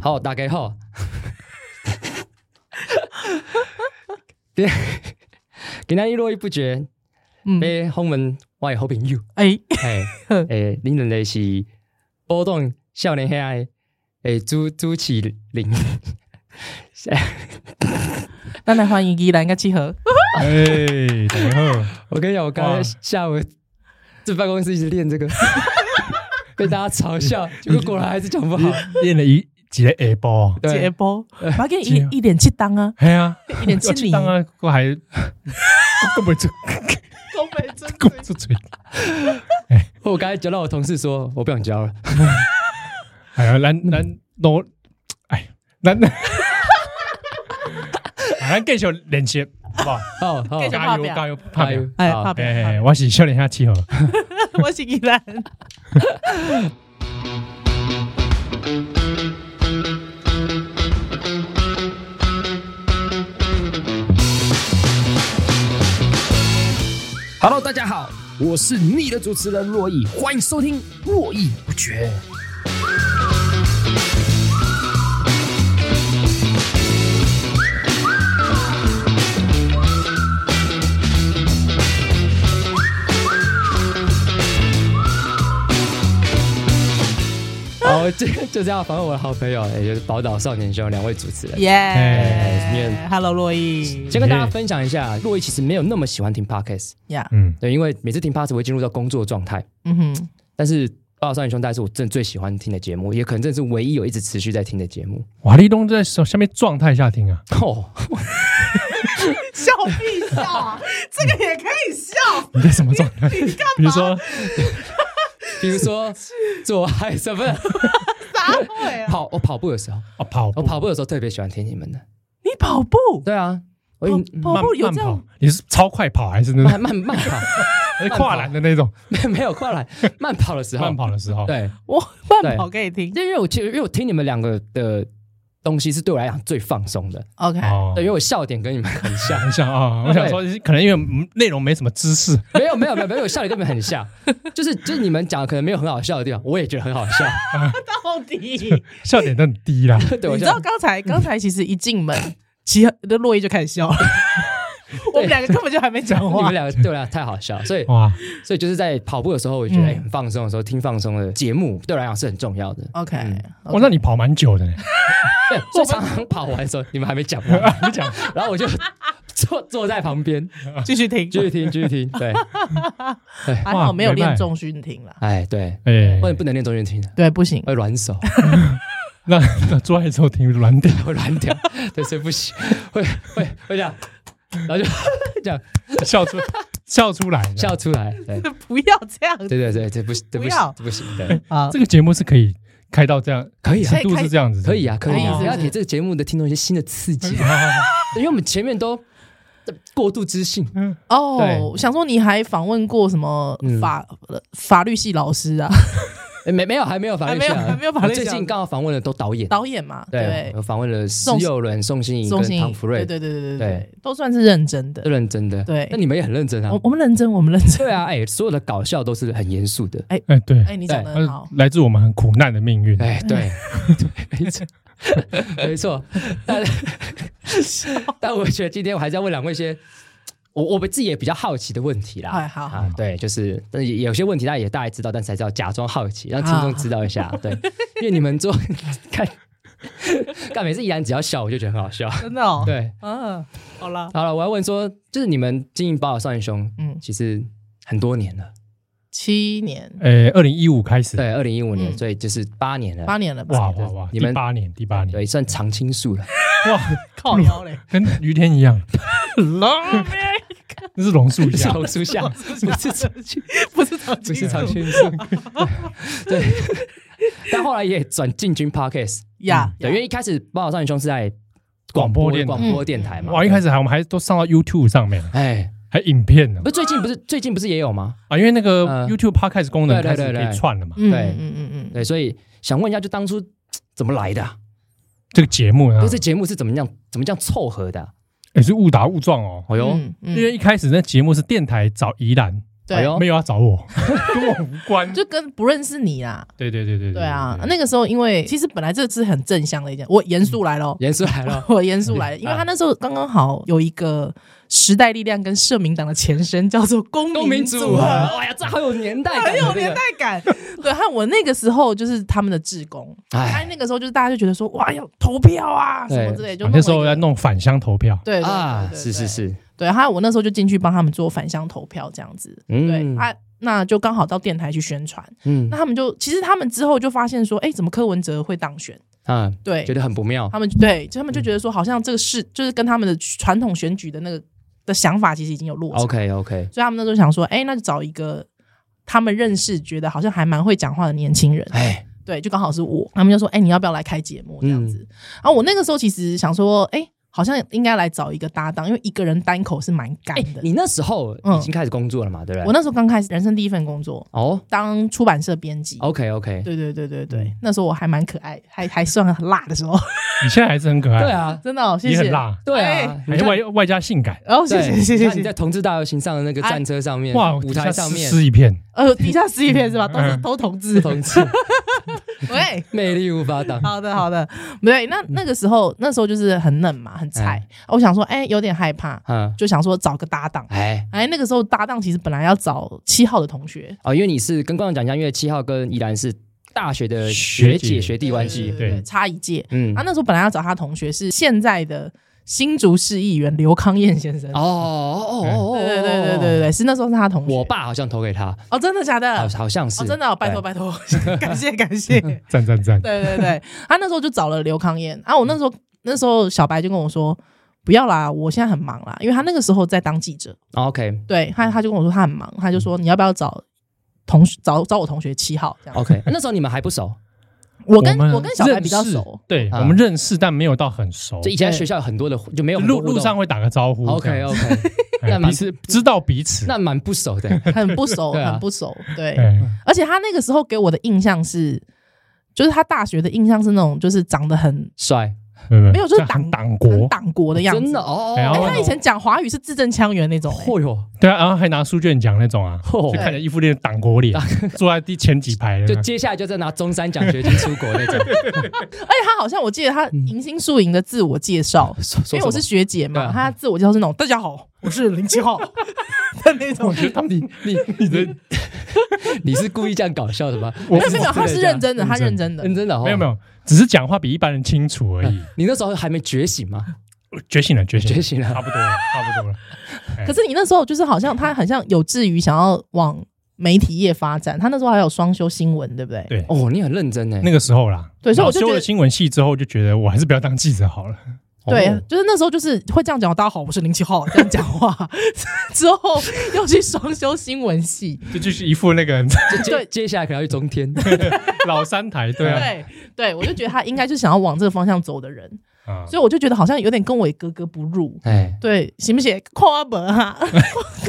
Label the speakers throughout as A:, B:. A: 好，大家好。今今天络绎不绝，
B: 嗯，
A: 被访问我的好朋友。
B: 哎，
A: 嘿，诶，恁两个是波动少年遐的哎诶主主持人。
B: 咱来欢迎依兰跟七和。
C: 哎，大家好，
A: 我跟你讲，我刚才
C: 哇
A: 下午在办公室一直练 这个，被大家嘲笑，结果果然还是讲不 好。
C: 练了一几个下波，
B: 节
A: 对，
B: 波，我要给你
C: 这样
B: 一一点七档啊，
C: 系啊，
B: 一点七零，
C: 当啊，我还我袂出，
B: 都没真
C: 我出嘴，
A: 我刚才讲到我同事说，我不想教了。
C: 哎呀，咱咱努，哎，咱啊咱哎继续练习，好不好？
A: 好 好，
B: 继续
C: 加
B: 拍
C: 油
B: 拼
C: 加油，拍
A: 加
C: 油
A: 油！
B: 哎，
A: 好
B: 怕
C: 哎
B: 别，
C: 哎，
B: 怕
C: 哎我是少年下七号，
B: 别 我是依 兰。
A: Hello，大家好，我是你的主持人洛毅，欢迎收听《络绎不绝》。 好，这就是要访问我的好朋友，也就是宝岛少年兄两位主持
C: 嗯
A: 人。哎
B: 耶
A: 面
B: ，Hello，洛伊
A: 先跟大家分享一下，洛伊其实没有那么喜欢听 podcast，
B: 呀，
C: 嗯，
A: 对，因为每次听 podcast 我会进入到工作状态。
B: 嗯哼，
A: 但是《爆少年兄弟》是我真的最喜欢听的节目，也可能这是唯一有一直持续在听的节目。
C: 哇，立东在什下面状态下听啊？
A: 哦，
B: 笑屁笑 啊，这个也可以笑，
C: 你在什么状 态？比如说，
A: 比如 说做爱什么的，
B: 撒会啊！
A: 跑我跑步的时候，
C: 哦，跑
A: 我
C: 步，
A: 跑步的时候特别喜欢听你们的。
B: 你跑步，
A: 对啊，我
B: 跑跑
C: 慢
B: 步有
C: 慢
B: 这
C: 跑
B: 样，，
C: 你是超快跑还是那
A: 慢
C: 种
A: 慢慢跑，
C: 还是跨栏的那种？
A: 没没有快来慢跑的时候，
C: 慢跑的时候，
A: 对，
B: 我慢跑可以听
A: 因为我其实因为我听你们两个的东西是对我来讲最放松的，
B: ，OK，
C: 哦
A: 哎对，因为我笑点跟你们很 像。
C: 想一下啊，我想说，可能因为内容没什么知识，
A: 没有没有没有没有，我笑点跟你们很像，就是就是你们讲的可能没有很好笑的地方，我也觉得很好笑。
B: 到底
C: 笑点都很低啦。
A: 对，我
B: 你知
A: 就
B: 道刚才刚才其实一进门，齐和的洛伊就开始 笑了，我们两个根本就还没讲
A: 你
B: 话
A: 们。两个对我来讲太好笑，所以
C: 哇，
A: 所以就是在跑步的时候，我觉得、
B: 嗯
A: 哎很放松的时候，听放松的节目对我来讲是很重要的。
B: OK，
A: 嗯
C: 哇，哦那你跑蛮久的呢，
A: 对，所以常常跑完的时候，你们还没讲完，你讲，然后我就坐坐在旁边
B: 继续听，
A: 继续听，继续听。对，
B: 还好没有
C: 没
B: 练
C: 卖
B: 重训听啦。
A: 哎，对，
C: 哎
A: 不，然不能练中间听，
B: 对，不行，
A: 会软手，
C: 那那做爱之后挺软点，
A: 会软掉， 对，所以不行，会会会这样，然后就这样
C: 笑出笑出来的。
A: 笑出来。对，
B: 不要这样。
A: 对对对，这不这不
B: 不要
A: 行，这不行，对，
B: 啊，
C: 这个节目是可以开到这样，
A: 可以啊
C: 程度是这样子，
A: 可以啊，可以
B: 可以是
A: 啊，
B: 不
A: 你要
B: 是
A: 给这个节目的听众一些新的刺激，啊
C: 好。好好
A: 因为我们前面都过度自 信。对
B: 哦，想说你还访问过什么
A: 嗯
B: 法呃法律系老师 啊，
A: 诶哎没没有，还没有法律
B: 还没有
A: 项
B: 还没有法律
A: 啊我最
B: 项
A: 近刚好访问了都导演，
B: 导演嘛，
A: 对
B: 对，，
A: 我访问了石
B: 宋
A: 佑伦、宋欣怡
B: 中
A: 跟
B: 心
A: 唐福瑞，
B: 对对对对
A: 对
B: 对对，都算是认真的
A: 都。认真的。
B: 对
A: 那你们也很认真啊
B: 我。我们认真，我们认真。
A: 对啊，哎，所有的搞笑都是很严肃的。
C: 哎，对，
B: 哎，你讲的
C: 它
B: 很
C: 是
B: 好，
C: 来自我们很苦难的命运。
A: 哎， 对，对没错，没错。 但但我觉得今天我还是要问两位一些我我们自己也比较好奇的问题啦。
B: 哎好
A: 啊，对，就是但也有些问题大家也大概知道，但是还是要假装好奇，让
C: 啊
A: 听众知道一下。 对，因为你们做看。干每次依然只要笑，我就觉得很好笑。
B: 真的哦。
A: 对，
B: 嗯，好啦，
A: 好了，我要问说，就是你们经营宝岛少年兄，
B: 嗯
A: 其实很多年了，
B: 七年
C: 哎，二零一五开始，
A: 对，二零一五年，
B: 嗯
A: 所以就是八年了，
B: 八年了吧？
C: 哇哇哇，
A: 你
C: 第
A: 们
C: 八年，第八年，
A: 对，算常青树了。
C: 哇，
B: 靠腰 嘞，
C: 跟于天一样，
B: 浪妹
C: 那是 榕树下，
A: 榕树下，不是常青，
B: 不是长
A: 不
B: 青
A: 是常 青树。对， 但后来也转进军 podcast，
B: 呀，
A: 对，
B: 呀
A: 因为一开始宝岛少年兄是在
C: 广播电台嗯
A: 广播电台嘛。
C: 哇，一开始还我们还都上到 YouTube 上面了，
A: 哎，
C: 还影片呢
A: 不，是最近不是
B: 嗯
A: 最近不是也有吗？
C: 啊，因为那个
A: 嗯
C: YouTube Podcast 功能
A: 对对
C: 开
A: 对
C: 始可
A: 对
C: 以串了嘛。
B: 嗯
A: 对
B: 嗯嗯嗯嗯，
A: 对，所以想问一下，就当初嘖怎么来的啊？
C: 这个节目呢
A: 就，这节目是怎么样怎么样凑合的啊？
C: 也是误打误撞哦。
A: 哦哟，
B: 嗯，
C: 因为一开始那节目是电台找宜兰
A: 哎
B: 对，
A: 呦
C: 没有要找我，跟我无关。
B: 就跟不认识你啦。
C: 对对对对
B: 对啊，
A: 嗯
B: 那个时候因为其实本来这是很正向的一件，我严肃来 喽，，
A: 严肃来了
B: 我严 肃来了，因为他那时候刚刚好有一个时代力量跟社民党的前身叫做公
A: 公民组
B: 组
A: 合，
B: 合，
A: 哎呀，这好有年代感，
B: 很有年代 感。对，和我那个时候就是他们的志工，
A: 哎
B: 哎，那个时候就是大家就觉得说哇要投票啊什么之类，就
C: 啊
B: 弄了
C: 那
B: 一
C: 时候
B: 个
C: 要弄返乡投票，
B: 对
A: 这
B: 对
A: 个
B: 对
A: 啊，
B: 对对
A: 是是是，
B: 对，还有我那时候就进去帮他们做返乡投票这样子，对
A: 嗯
B: 啊，那就刚好到电台去宣传，
A: 嗯
B: 那他们就其实他们之后就发现说，哎，怎么柯文哲会当选？
A: 啊，
B: 对
A: 觉，得很不妙，
B: 他们对，就他们就觉得说，好像这个是就是跟他们的传统选举的那个的想法其实已经有落差，
A: OK OK，
B: 所以他们嗯那时候想说，哎，那就找一个他们认识觉得好像还蛮会讲话的年轻人，
A: 哎，
B: 对，就刚好是我，他们就说，哎，你要不要来开节目这样
A: 嗯
B: 子？然后我那个时候其实想说，哎，好像应该来找一个搭档，因为一个人单口是蛮干
A: 哎
B: 的。
A: 你那时候
B: 嗯
A: 已经开始工作了嘛，对不
B: 我
A: 对？
B: 那时候刚开始人生第一份工作，
A: 哦
B: 当出版社编辑。
A: ，OK OK，
B: 对对对对
A: 嗯
B: 对，那时候我还蛮可爱，还 还算很辣的 时候，
C: 你现在还是很可爱，
A: 对，啊，
B: 真的、哦，谢
C: 也
B: 谢。
C: 很辣，
A: 对
B: 哎
A: 啊，
C: 还
A: 你看
C: 外外加性感，
B: 然后哦谢
A: 对
B: 谢谢
A: 你
B: 谢
A: 看
B: 谢
A: 你在
B: 谢。
A: 同志大游行上的那个战车上面，
C: 哇，
A: 舞
C: 底下
A: 台上 面
C: 湿一片，
B: 呃，底下撕一片是吧？都是
C: 嗯
B: 都同
A: 是
B: 志。
A: 同志，
B: 喂，
A: 魅力无法挡。
B: 好的好的，对，
A: 嗯
B: 那那个时候那时候就是很冷嘛，很菜。我想说，哎、有点害怕，
A: 嗯，
B: 就想说找个搭档。
A: 哎，
B: 哎，那个时候搭档其实本来要找七号的同学，
A: 哦，因为你是跟观众讲一下，因为七号跟依兰是大学的
C: 学
A: 学
C: 姐
A: 姐学弟关
B: 对
A: 系，
B: 对对
C: 对
B: 对差一届。
A: 嗯
B: 啊，，那时候本来要找他同学是现在的新竹市议员刘康燕先生。
A: 哦哦哦哦，
B: 对对对对对对，是那时候是他同学。
A: 我爸好像投给他，
B: 哦，真的假的？
A: 好好像是
B: 哦，真的哦、拜托拜托， 感谢感谢。对
C: 赞赞赞，
B: 对对，他那时候就找了刘康燕啊，我那时候那时候小白就跟我说。不要啦，我现在很忙啦，因为他那个时候在当记者，
A: 对 OK
B: 对他他就跟我说他很忙，他就说你要不要找同学找找我同学七号这样。
A: OK，那时候你们还不熟，
B: 我跟
C: 们
B: 我跟小白比较
C: 认识
B: 熟，，
C: 对
A: 啊
C: 我们认识，但没有到很熟
A: 就，以前在学校有很多的就没有很多
C: 路
A: 互动
C: 路上会打个招呼
A: OK
C: 这样
A: OK，
C: 哎
A: 那蛮
C: 彼此知道彼此，
A: 那蛮不熟的，
B: 很不熟，
A: 对啊
B: 很不熟。对，
C: 哎
B: 而且他那个时候给我的印象是，就是他大学的印象是那种就是长得很
A: 帅，
C: 没
B: 没有就是党
C: 党党
B: 很
C: 国，
B: 党 国的样子。
A: 真的哦，
C: 哎然
B: 哎
C: 后
B: 他以前讲华语是字正腔圆那种、哎
A: 嚯哟，
C: 对啊，然后还拿书卷奖那种啊，
A: 嚯
C: 就看着一副那个党国脸， 坐在第前几排的
A: 哦就
C: 那，
A: 接下来就在拿中山奖学金出国那 种，
B: 而且他好像我记得他迎新宿营的自我介绍，
A: 说说
B: 因为我是
A: 什
B: 学姐
A: 对
B: 嘛，
A: 啊
B: 他自我介绍是那种大家好，我是零七号 的那种
C: 我。觉得他们你你 你的
A: 么你是故意这样搞笑的吗？
B: 没
C: 我
B: 有没有，他是认真的，他认真的。
A: 认真的哦，
C: 没有没有，只是讲话比一般人清楚而已。
A: 你那时候还没觉醒吗？
C: 觉醒了，觉
A: 嗯
C: 醒
A: 觉
C: 了，
A: 醒了
C: 差，不多 了，差不多了。
B: 可是你那时候就是好像他很像有志于想要往媒体业发展，他那时候还有双修新闻，对不对？
C: 对，
A: 哦，你很认真哎
C: 那，个时候啦，
B: 对所以我就觉
C: 然后修
B: 得
C: 了新闻系之后，就觉得我还是不要当记者好了。
B: 对啊
A: 哦，
B: 就是那时候就是会这样讲，大家好，我是零七号，这样讲话 之后又去双修新闻系，
C: 就就是一副那个
A: 就
B: 对
A: 接接下来可能要去中天，
C: 老三台，对啊，
B: 对对，我就觉得他应该是想要往这个方向走的人，
C: 啊，
B: 所以我就觉得好像有点跟我格格不入。
A: 哎，
B: 对，行不行？跨本哈，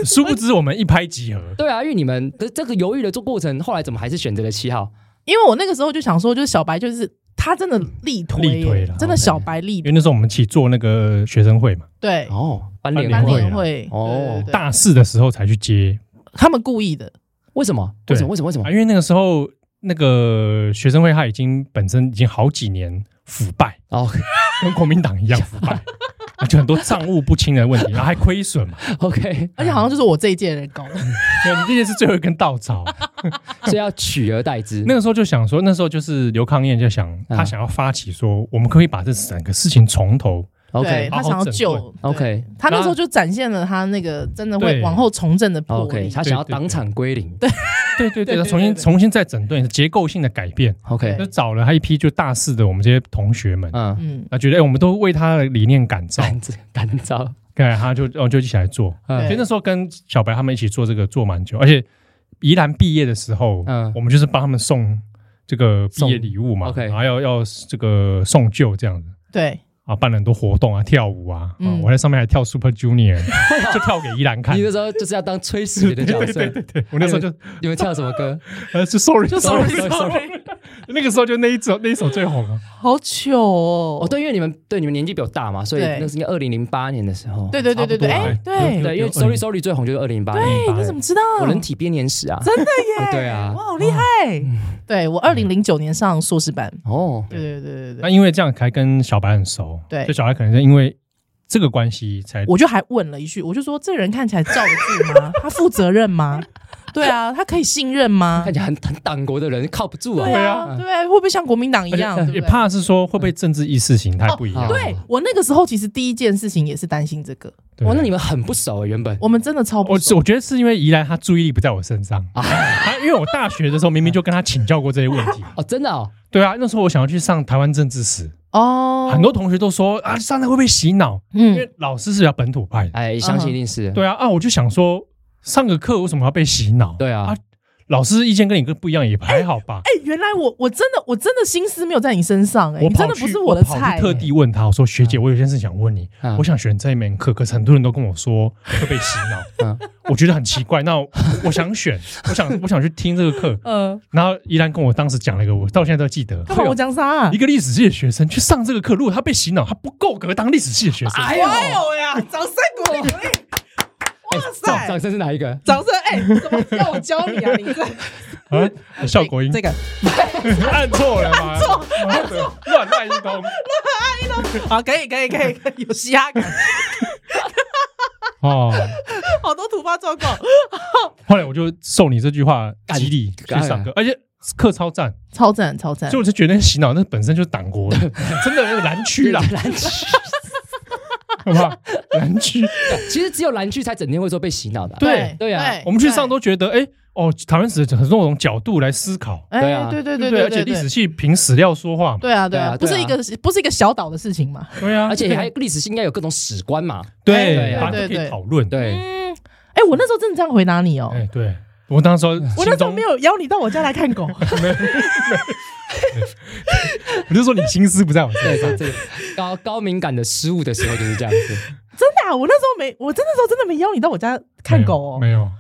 C: 殊不知我们一拍即合，
A: 对啊，因为你们可是这个犹豫的这过程，后来怎么还是选择了七号？
B: 因为我那个时候就想说，就是小白就是他真的力推耶，
C: 力推了
B: 真的小白力
C: 因为那时候我们一起做那个学生会嘛，
B: 对，
A: 哦，班
C: 班
A: 联
B: 班
A: 会
B: 联
C: 啦
B: 会
A: 哦
B: 对对对
C: 大四的时候才去接
B: 他们故意的，
A: 为什么？为
C: 对
A: 什么？为什么？为什
C: 啊，
A: 么？
C: 因为那个时候那个学生会它已经本身已经好几年腐败，
A: 哦
C: 跟国民党一样腐败，啊就很多账务不清的问题，然后还亏损嘛，
A: ，OK，
B: 而且好像就是我这一届的人搞的，
C: 所以我们这件是最后一根稻草。
A: 所以要取而代之。
C: 那个时候就想说，那时候就是刘康燕就想，
A: 啊
C: 他想要发起说，我们可不可以把这整个事情从头，
B: 对
A: OK
B: 他想要
C: 好好整
B: 救
C: 顿
B: 对
A: OK
B: 他那时候就展现了他那个真的会
C: 对
B: 往后重振的魄
A: OK，
B: 力。
A: 他想要当场归零。对
C: 对对
B: 对
C: 对，
B: 对
C: 重新
B: 对对
C: 重新再整顿结构性的改变，
A: ，OK，
C: 就找了他一批就大四的我们这些同学们，
A: 嗯，
B: 嗯，
C: 啊，觉得哎，我们都为他的理念 感召，
A: 干这干燥，
C: 对，他就哦就一起来做。
A: 嗯
C: 所以
B: 对
C: 那时候跟小白他们一起做这个做蛮久，而且宜兰毕业的时候，
A: 嗯
C: 我们就是帮他们送这个毕业
A: 送
C: 礼物嘛
A: OK
C: 然后要要这个送旧这样子。
B: 对，
C: 啊，办了很多活动啊，跳舞啊，啊
B: 嗯
C: 我在上面还跳 Super Junior，就跳给依兰看
A: 你。那时候就是要当吹水的角色。
C: 对我那时候就
A: 你们跳什么歌？
C: 呃，就 sorry，
B: 哎就
A: sorry，
B: sorry sorry，
C: 那个时候就那一首那一首最红啊。
B: 好糗哦
A: 哦，对，因为你们对你们年纪比我大嘛，所以
B: 对
A: 那是应该二零零八年的时候。
B: 对对对对对，
C: 差不多
B: 哎
C: 啊，
B: 对，
A: 对，因为
C: 有
A: Sorry Sorry 最红就是二零零八年，
B: 哎，你怎么知道？
A: 我人体编年史啊，
B: 真的 耶！
A: 对啊
B: 哇，好厉害！对我二零零九年上硕士班，
A: 哦，
B: 对对对对对
C: 那
B: 对，
C: 因为这样才跟小白很熟，
B: 对
C: 所以小白可能是因为这个关系才
B: 我就还问了一句，我就说这人看起来罩得住吗？他负责任吗？对啊，他可以信任吗
A: 看？起来很很党国的人，靠不住
B: 对
A: 啊。
B: 啊，对啊，会不会像国民党一样？对不
C: 也
B: 对
C: 怕是说会不会政治意识形态不一样。
A: 哦
B: 对我那个时候，其实第一件事情也是担心这个，
C: 对
A: 哇，那你们很不熟欸原本
B: 我们真的超不
C: 我
B: 熟
C: 我觉得是因为宜兰他注意力不在我身上
A: 啊
C: 啊， 他因为我大学的时候明明就跟他请教过这些问题。
A: 哦，真的哦，
C: 对啊，那时候我想要去上台湾政治史，
B: 哦，
C: 很多同学都说啊，上台会不会洗脑？因
B: 嗯
C: 为老师是比较本土派的。
A: 哎，相信一定是
C: 对啊，啊，我就想说，上个课为什么要被洗脑？
A: 对啊，
C: 老师意见跟你跟不一样也还好吧。
B: 哎，原来我我真的我真的心思没有在你身上哎，你
C: 我
B: 真
C: 跑
B: 的
C: 去
B: 不是
C: 我
B: 的
C: 跑去
B: 菜欸，
C: 特地问他，我说学姐，我有件事想问你，
A: 嗯
C: 我想选这一门课，可是很多人都跟我说 会被洗脑，
A: 嗯
C: 我觉得很奇怪。那我我想选，我想我想去听这个 课，
B: 呃，
C: 然后依然跟我当时讲了一个，我到现在都记得。
B: 干嘛我讲啥啊
C: 一？个历史系的学生去上这个课，如果他被洗脑，他不够格当历史系的学
B: 啊
C: 生。啊
A: 哎呦，
B: 呀，掌 声
C: 哎
B: 鼓励鼓励！哇
A: 掌掌声是哪一个？
B: 掌声！哎、怎么要我教你啊？你 这
C: 啊，效果音
B: 哎这个
C: 按错了吗？按错，乱按一 通。
B: 好，可以，可以，可以，可以有嘻哈感，
C: 哦，
B: 好多突发状况，
C: 后来我就受你这句话
A: 干
C: 激励去
A: 干
C: 上课，而且课超赞，
B: 超赞，超赞
C: 所以！我就觉得洗脑那本身就是党国的， 真的有蓝区啦，
A: 蓝区，
C: 好不好？蓝区，
A: 其实只有蓝区才整天会说被洗脑的啊。
C: 对
A: 对啊
C: 我们去上都觉得，哎，哦，台湾史很多种角度来思考，
B: 哎、
A: 对啊
B: 对对
C: 对
B: 对对，
C: 不对，而且
B: 对
C: 历史系凭史料说话嘛，
B: 对啊对
A: 对啊
B: 啊，不
A: 对啊
B: 是一个不是一个小岛的事情嘛？
C: 对啊，
A: 而且还历史系应该有各种史观嘛。
C: 对，
A: 对
C: 大家
B: 对
C: 都可以
B: 对
C: 讨论，
A: 对，
B: 嗯，哎、我那时候真的这样回答你哦、
C: 哎，对我当时候
B: 我那时候没
C: 有，
B: 有邀你到我家来看狗，
C: 我就说你心思不在我身
A: 对，
C: 上，
A: 这个高高敏感的失误的时候就是这样子。
B: 真的、啊，我那时候没，我真的时候真的没邀你到我家看狗哦、
C: 没有，没有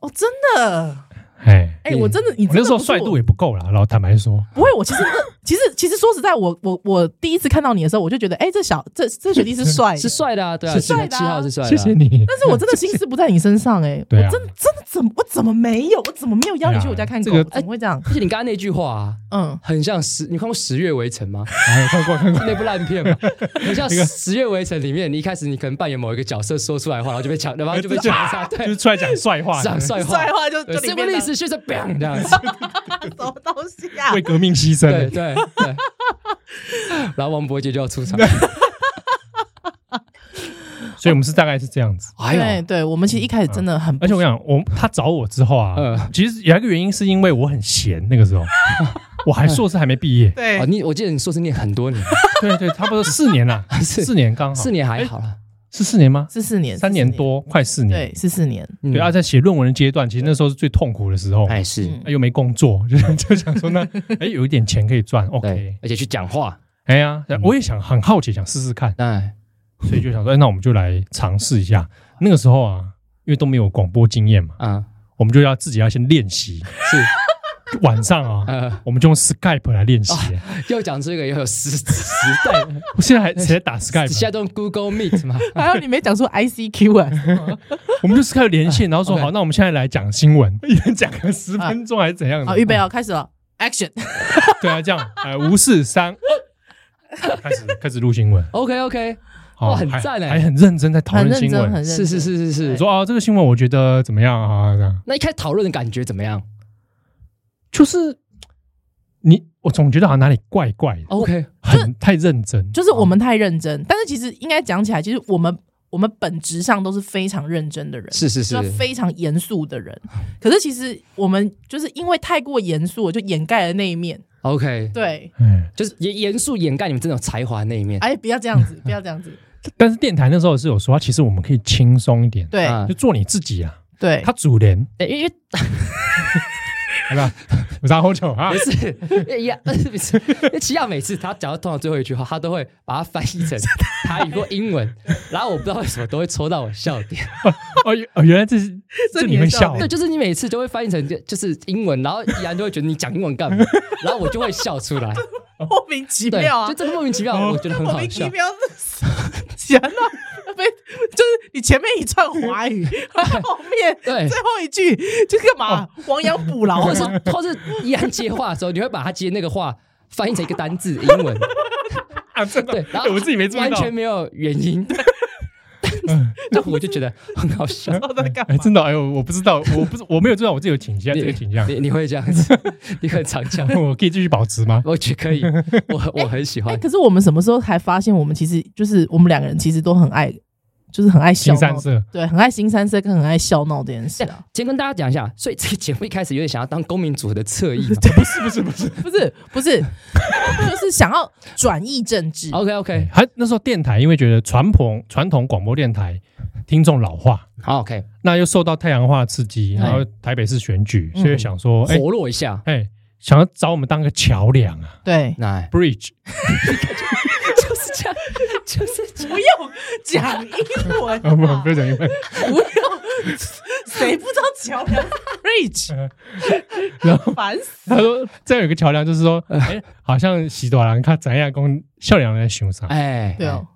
B: 哦，真的，
C: 哎，
B: 哎、我真的，你
C: 我
B: 真的
C: 那时候
B: 不是我
C: 帅度也不够啦，老坦白说，
B: 不会，我其实那其实其实说实在，我我我第一次看到你的时候，我就觉得，哎、这小这这学弟是帅的，
A: 是帅的啊，对啊，
C: 是
B: 帅的啊
A: 七号是帅的啊，
C: 谢谢你。
B: 但是我真的心思不在你身上、哎、
C: 对啊
B: 我真的真的怎么我怎么没有，我怎么没有邀你去我家看狗？
C: 对啊这个
B: 怎么会这样？
A: 而且你刚刚那句话啊，
B: 嗯，
A: 很像十，你看过《十月围城》吗？
C: 哎，看过看过，
A: 那部烂片嘛，很像《十月围城》里面，你一开始你可能扮演某一个角色说出来的话，然后就被抢，然后就被抢杀，
C: 就
A: 对
C: 是，出来讲帅话 的，
A: 讲帅话，
B: 话就
A: 对，是不是历史学者 bang 这样子？
B: 什么东西啊
C: 为革命牺牲
A: 对
C: 的。
A: 对对。然后王伯杰就要出场，
C: 所以我们是大概是这样子。
A: 哎
B: 对
A: 呦，
B: 对，我们其实一开始真的很
C: 而且我想，我他找我之后啊
A: 嗯，
C: 其实有一个原因是因为我很闲，那个时候我还硕士还没毕业。
B: 对
A: 哦，你我记得你硕士念很多年，
C: 对对，差不多四年啦，
A: 是
C: 四年刚好
A: 四年还好啦，
C: 是四年吗？
B: 是四年，
C: 三
B: 是
C: 年
B: 四，
C: 多，快四年。
B: 对，是四年，
A: 嗯
C: 对，啊，在写论文的阶段，其实那时候是最痛苦的时候，
A: 哎是，
B: 嗯
C: 哎又没工作，就 就想说那哎有一点钱可以赚
A: 对
C: ，OK，，
A: 而且去讲话，
C: 哎呀，我也想很好奇，想试试看，
A: 哎，
C: 所以就想说，哎，那我们就来尝试一下。那个时候啊，因为都没有广播经验嘛，
A: 嗯，
C: 我们就要自己要先练习。
A: 是，
C: 晚上啊，
B: 嗯
A: 呃，
C: 我们就用 Skype 来练习。
B: 哦
A: 又讲这个又有时时代，
C: 我现在还谁 在打 Skype？啊
A: 现在都用 Google Meet 嘛，
B: 还有你没讲出 ICQ 啊？
C: 我们就 Skype 连线，
B: 嗯
C: 然后说
A: OK
C: 好，那我们现在来讲新闻，一人讲个十分钟还是怎样的？
B: 好，预备哦，开始了，Action！
C: 对啊，这样，哎，五四三二，开始开始录新闻。
A: OK OK，
C: 好
A: 哇很
C: 还
A: 赞哎
C: 还很认真在讨
B: 欸很认
C: 论新
B: 真，很
C: 闻。
B: 认
A: 是
B: 真，
A: 是是是
C: 我
A: 是。
C: 说哦，这个新闻我觉得怎么样啊？这样
A: 那一开始讨论的感觉怎么样
C: 就是你，我总觉得好像哪里怪怪的，
A: ？OK，
C: 很太认真。
B: 就是我们太认真，但是其实应该讲起来，其实我们我们本质上都是非常认真的人，
A: 是是是
B: 就，非常严肃的人。可是其实我们就是因为太过严肃，就掩盖了那一面。
A: OK，
B: 对，
C: 哎，
A: 就是严严肃掩盖你们真的有才华的那一面。
B: 哎，不要这样子，不要这样子。
C: 但是电台那时候是有说，其实我们可以轻松一点，
B: 对
A: 啊哎
C: 就做你自己啊。
B: 对
C: 他主人，
A: 哎因为
C: 是吧？ 我是红酒啊
A: 不，是， 一样，不是，因为奇亚每次他讲到通常最后一句话，他都会把它翻 译成台语或英 文，然后我不知道为什么都会戳到我笑 点。
C: 哦，原哦原来 这是
B: 这
C: 这
B: 你
C: 你
B: 的
C: 会
B: 笑
C: 笑，
A: 对，就是你每次都会翻译成就就是英文，然后怡然就会觉得你讲英文干 嘛，然后我就会笑出 来。
B: 莫名其
A: 对
B: 妙，啊
A: 就，这个莫名其妙，我觉得很
B: 莫
A: 好
B: 名其
A: 笑。
B: 妙，行了，被就是你前面一串华 语，后面
C: 哎
A: 对
B: 最后一句就干
C: 哦
B: 嘛亡羊补牢啊
A: 或是
B: 吗？
A: 或是怡然接话的时候，你会把他接那个话翻译成一个单字英文，
C: 啊，真的
A: 对，然后
C: 我自己没注意
A: 完
C: 到
A: 全，没有原 因。 但我就觉得很好笑。
B: 不知道在干
C: 哎，
B: 嘛？
C: 真的，哎呦，我不知道，我不是我没有知 道我自己有倾向，
A: 你
C: 这个倾向，
A: 你你会这样子， 你很常讲。
C: 我可以继续保持吗？
A: 我觉得可以，我我很喜
B: 哎，
A: 欢。
B: 可是我们什么时候才发现，我们其实就是我们两个人其实都很爱，就是很爱笑
C: 新三
B: 闹，
C: 色，
B: 对，很爱新三色跟很爱笑闹这件事啊。
A: 先跟大家讲一下，所以这个节目一开始有点想要当公民组合的侧 翼嘛。
B: 不是不是，就是想要转移政治。
A: OK OK，
C: 哎还那时候电台因为觉得传统传统广播电台听众老化，
A: 好 OK，
C: 那又受到太阳化刺激，
A: 哎
C: 然后台北市选举，
B: 嗯
C: 所以想说，哎
A: 活络一下。
C: 哎，想要找我们当个桥梁啊
B: 对，
A: 那
C: ，bridge，
A: 就是这样，就是这样。
B: 不用讲英文
C: 啊不，不要讲英文，
B: 不用，谁不知道桥 梁 bridge？
C: 然后。
B: 烦死！
C: 他说：“这样有个桥梁，就 是说，哎、好像喜多兰看怎样公笑脸在熊上，
A: 哎，
B: 对哦，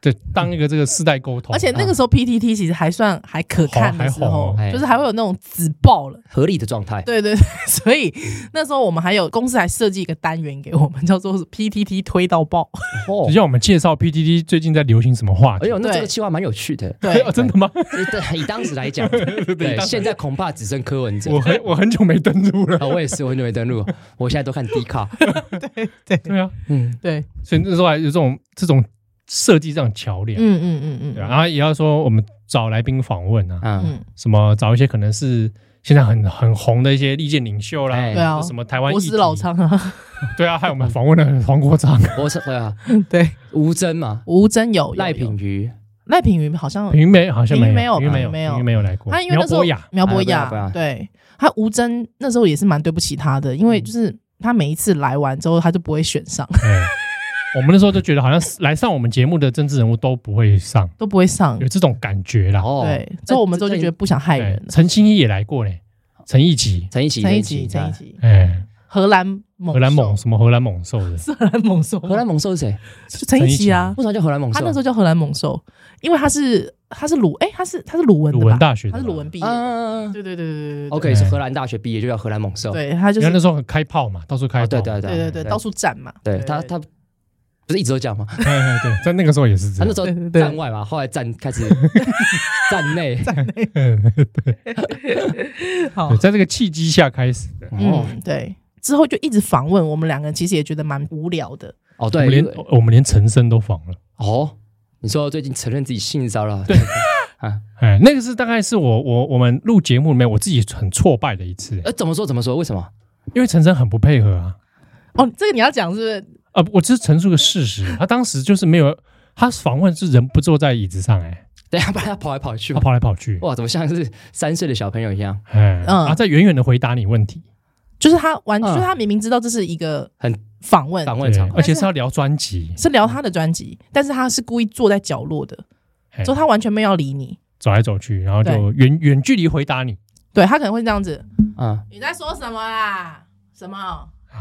C: 对，当一个这个世代沟通，
B: 而且那个时候 PTT 其实还算还可看的时
C: 红
B: 候
A: 还红，
B: 就是还会有那种紫爆了。
A: 哎合理的状态。
B: 对对 对，所以那时候我们还有公司还设计一个单元给我们，叫做 PTT 推到爆。
A: 哦
C: 就，像我们介绍 PTT 最近在流行什么话
A: 哎
C: 题，
A: 呦，那这
B: 对
A: 个计划蛮有趣 的。
B: 对
C: 哦，真的吗？
A: 对，以当时来讲， 对，现在恐怕只剩柯文哲
C: 我。很我很久没登录 了，
A: 啊，我也是，我很久没登录，我现在都看 D 卡。
C: 对啊，
A: 嗯，
B: 对，
C: 所以那时候还有这种这种设计这种桥梁，
B: 嗯嗯嗯
C: 对啊
B: 嗯
C: 然后也要说我们找来宾访问啊，
A: 啊，
B: 嗯，
C: 什么找一些可能是现在很很红的一些意见领袖啦，
A: 哎
B: 对啊
C: 什么台湾
B: 我
C: 议
B: 是
C: 题
B: 老，仓啊，
C: 对啊，还有我们访问了黄国昌、
A: 我是对 啊，
B: 对，
A: 吴征嘛，
B: 吴真有有
A: 赖
B: 有
A: 品瑜，
B: 赖品妤好像
C: 平梅好像没
B: 平
C: 有，
B: 梅有
C: 平梅有，
B: 没有
C: 平梅有来过，
B: 他因为那时候
C: 苗博雅
B: 苗博
A: 啊苗博
B: 雅
A: 雅
B: 对他吴真那时候也是蛮对不起他的，因为就是他每一次来完之后，他就不会选上，
C: 哎，我们那时候就觉得好像是来上我们节目的政治人物都不会上，
B: 都不会上
C: 有。这种感觉啦。
A: 哦，
B: 对，之后我们之后就觉得不想嗯害人啊
C: 哎
B: 了。
C: 陈欣怡也来过嘞，陈义吉，
A: 陈奕奇，
B: 陈一
A: 奕
B: 吉，
A: 奇，
B: 陈一
A: 奕奇，
B: 吉，
C: 哎，
B: 荷兰猛，
C: 荷兰猛，什么荷兰猛兽的，
B: 是荷兰猛兽，
A: 荷兰猛兽是谁？
B: 就陈一吉啊
A: 为。什么叫荷兰猛兽？
B: 他那时候叫荷兰猛兽，因为他是他是鲁哎，他是他是鲁文的
C: 鲁
B: 吧
C: 文大学的
B: 他
C: 嘛，
B: 是鲁文毕业的。
A: 嗯
B: 对对对对对对对
A: ，OK，是荷兰大学毕业就叫荷兰猛兽。
B: 对他就
C: 因
B: 是
C: 为那时候很开炮嘛，到处开
A: 哦，
C: 炮，
A: 对对
B: 对对对，到处站嘛。
A: 对他他不是一直都这样吗？
C: 哎哎对，在那个时候也是
A: 他
C: 这
A: 啊那
C: 样
A: 时。
B: 对
A: 候
B: 对对
A: 站外嘛，后来站开 始站内。
B: 好
C: 对，在这个契机下开始的，
A: 哦
B: 嗯对，之后就一直访问我们两个人，其实也觉得蛮无聊的。
A: 哦，
C: 我
A: 对
C: 们连，我们连陈生都仿了。
A: 哦，你说最近承认自己性骚扰？对，
C: 哎，那个是大概是我我我们录节目里面我自己很挫败的一次，
A: 呃，怎么说怎么说？为什么？
C: 因为陈生很不配合啊。
A: 嗯
B: 哦，这个你要讲是不是？
C: 啊，我只是陈述个事实，啊他当时就是没有，他访问是人不坐在椅子上，哎，
A: 等一下把他跑来跑去
C: 他
A: 嘛。
C: 跑来跑去，
A: 哇，怎么像是三岁的小朋友一样？
C: 哎，
B: 嗯
C: 啊，在远远的回答你问题，
B: 就是他完，
A: 嗯
B: 就是他明明知道这是一个
A: 很
B: 访问，
A: 访问
C: 对
A: 场，
C: 而且是要聊专辑，
B: 是聊他的专辑，但是他是故意坐在角落的，
C: 哎
B: 所以他完全没有要理你。
C: 走来走去，然后就远远距离回答你，
B: 对他可能会这样子，
A: 嗯，
B: 你在说什么啦？什么？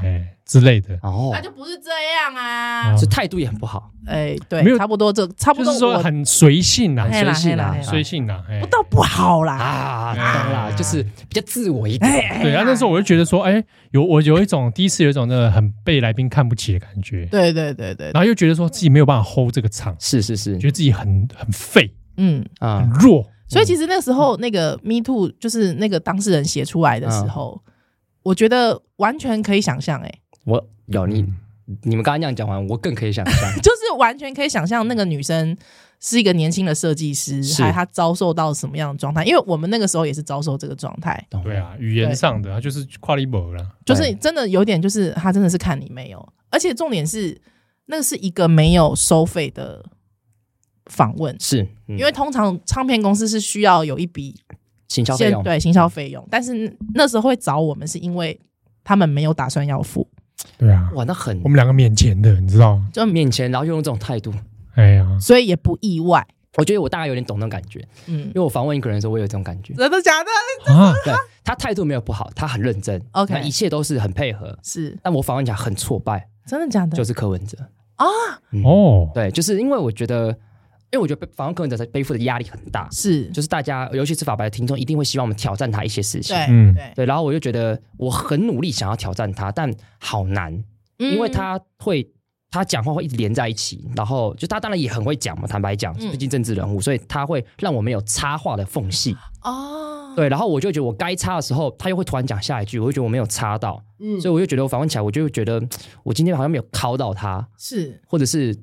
C: 哎之类的，
A: 哦
B: 那，就不是这样啊
C: 哦！
A: 这态度也很不好，
B: 哎，
C: 没
B: 对，
C: 有
B: 差不多这，差不
C: 就
B: 多
C: 是说
B: 我
C: 很随性啊，
B: 嘿啦
A: 随性
B: 嘿啦
A: 啊
B: 嘿，啦
C: 随性啊，哎
B: 不，到不好啦。
A: 啊，当啦，就是比较自我一点。
B: 哎，
C: 对啊，那时候我就觉得说，哎，有我有一种第一次有一种那个很被来宾看不起的感觉，
B: 对对对对，
C: 然后又觉得说自己没有办法 hold 这个场，
A: 是是是
C: 觉，得自己很很废，
B: 嗯，
C: 很
A: 啊，
C: 弱，
B: 所以其实那时候那个 Me Too 就是那个当事人写出来的时候，
C: 嗯
B: 我觉得完全可以想象，哎，。
A: 我有你，你们刚刚那样讲完，我更可以想象
B: 就是完全可以想象那个女生是一个年轻的设计师，
A: 是
B: 还她遭受到什么样的状态？因为我们那个时候也是遭受这个状态，
A: 懂
C: 对，啊，语言上的，他就是跨 level 了，
B: 就是真的有点就是她真的是看你没有，而且重点是那是一个没有收费的访问，
A: 是，因嗯
B: 因为通常唱片公司是需要有一笔
A: 行销费
B: 先
A: 用，
B: 对行销费用，但是那时候会找我们是因为他们没有打算要付，
C: 对啊，
A: 哇，那很
C: 我们两个免钱的，你知道？
A: 就面前，然后又用这种态度，
C: 哎呀，
B: 所以也不意外。
A: 我觉得我大概有点懂那种感觉，
B: 嗯
A: 因， 为我访问一个人的时候，我有这种感觉。
B: 真的假的？
C: 啊，
A: 对他态度没有不好，他很认真
B: OK
A: 那一切都是很配合。
B: 是
A: 但我访问起来很挫败，
B: 真的假的？
A: 就是柯文哲
B: 啊
A: 嗯
C: 哦，
A: 对，就是因为我觉得，因为我觉得访问柯文哲他背负的压力很大，
B: 是，
A: 就是大家，尤其是法白的听众，一定会希望我们挑战他一些事情。
B: 对
C: 嗯
B: 对，
A: 对，然后我就觉得我很努力想要挑战他，但好难，因为
B: 嗯
A: 他会他讲话会一直连在一起，然后就他当然也很会讲嘛，坦白讲，
B: 嗯
A: 毕竟政治人物，所以他会让我们有插话的缝隙。
B: 哦，
A: 对，然后我就觉得我该插的时候，他又会突然讲下一句，我就觉得我没有插到，
B: 嗯
A: 所以我就觉得我访问起来，我就会觉得嗯我今天好像没有考到他，
B: 是
A: 或者是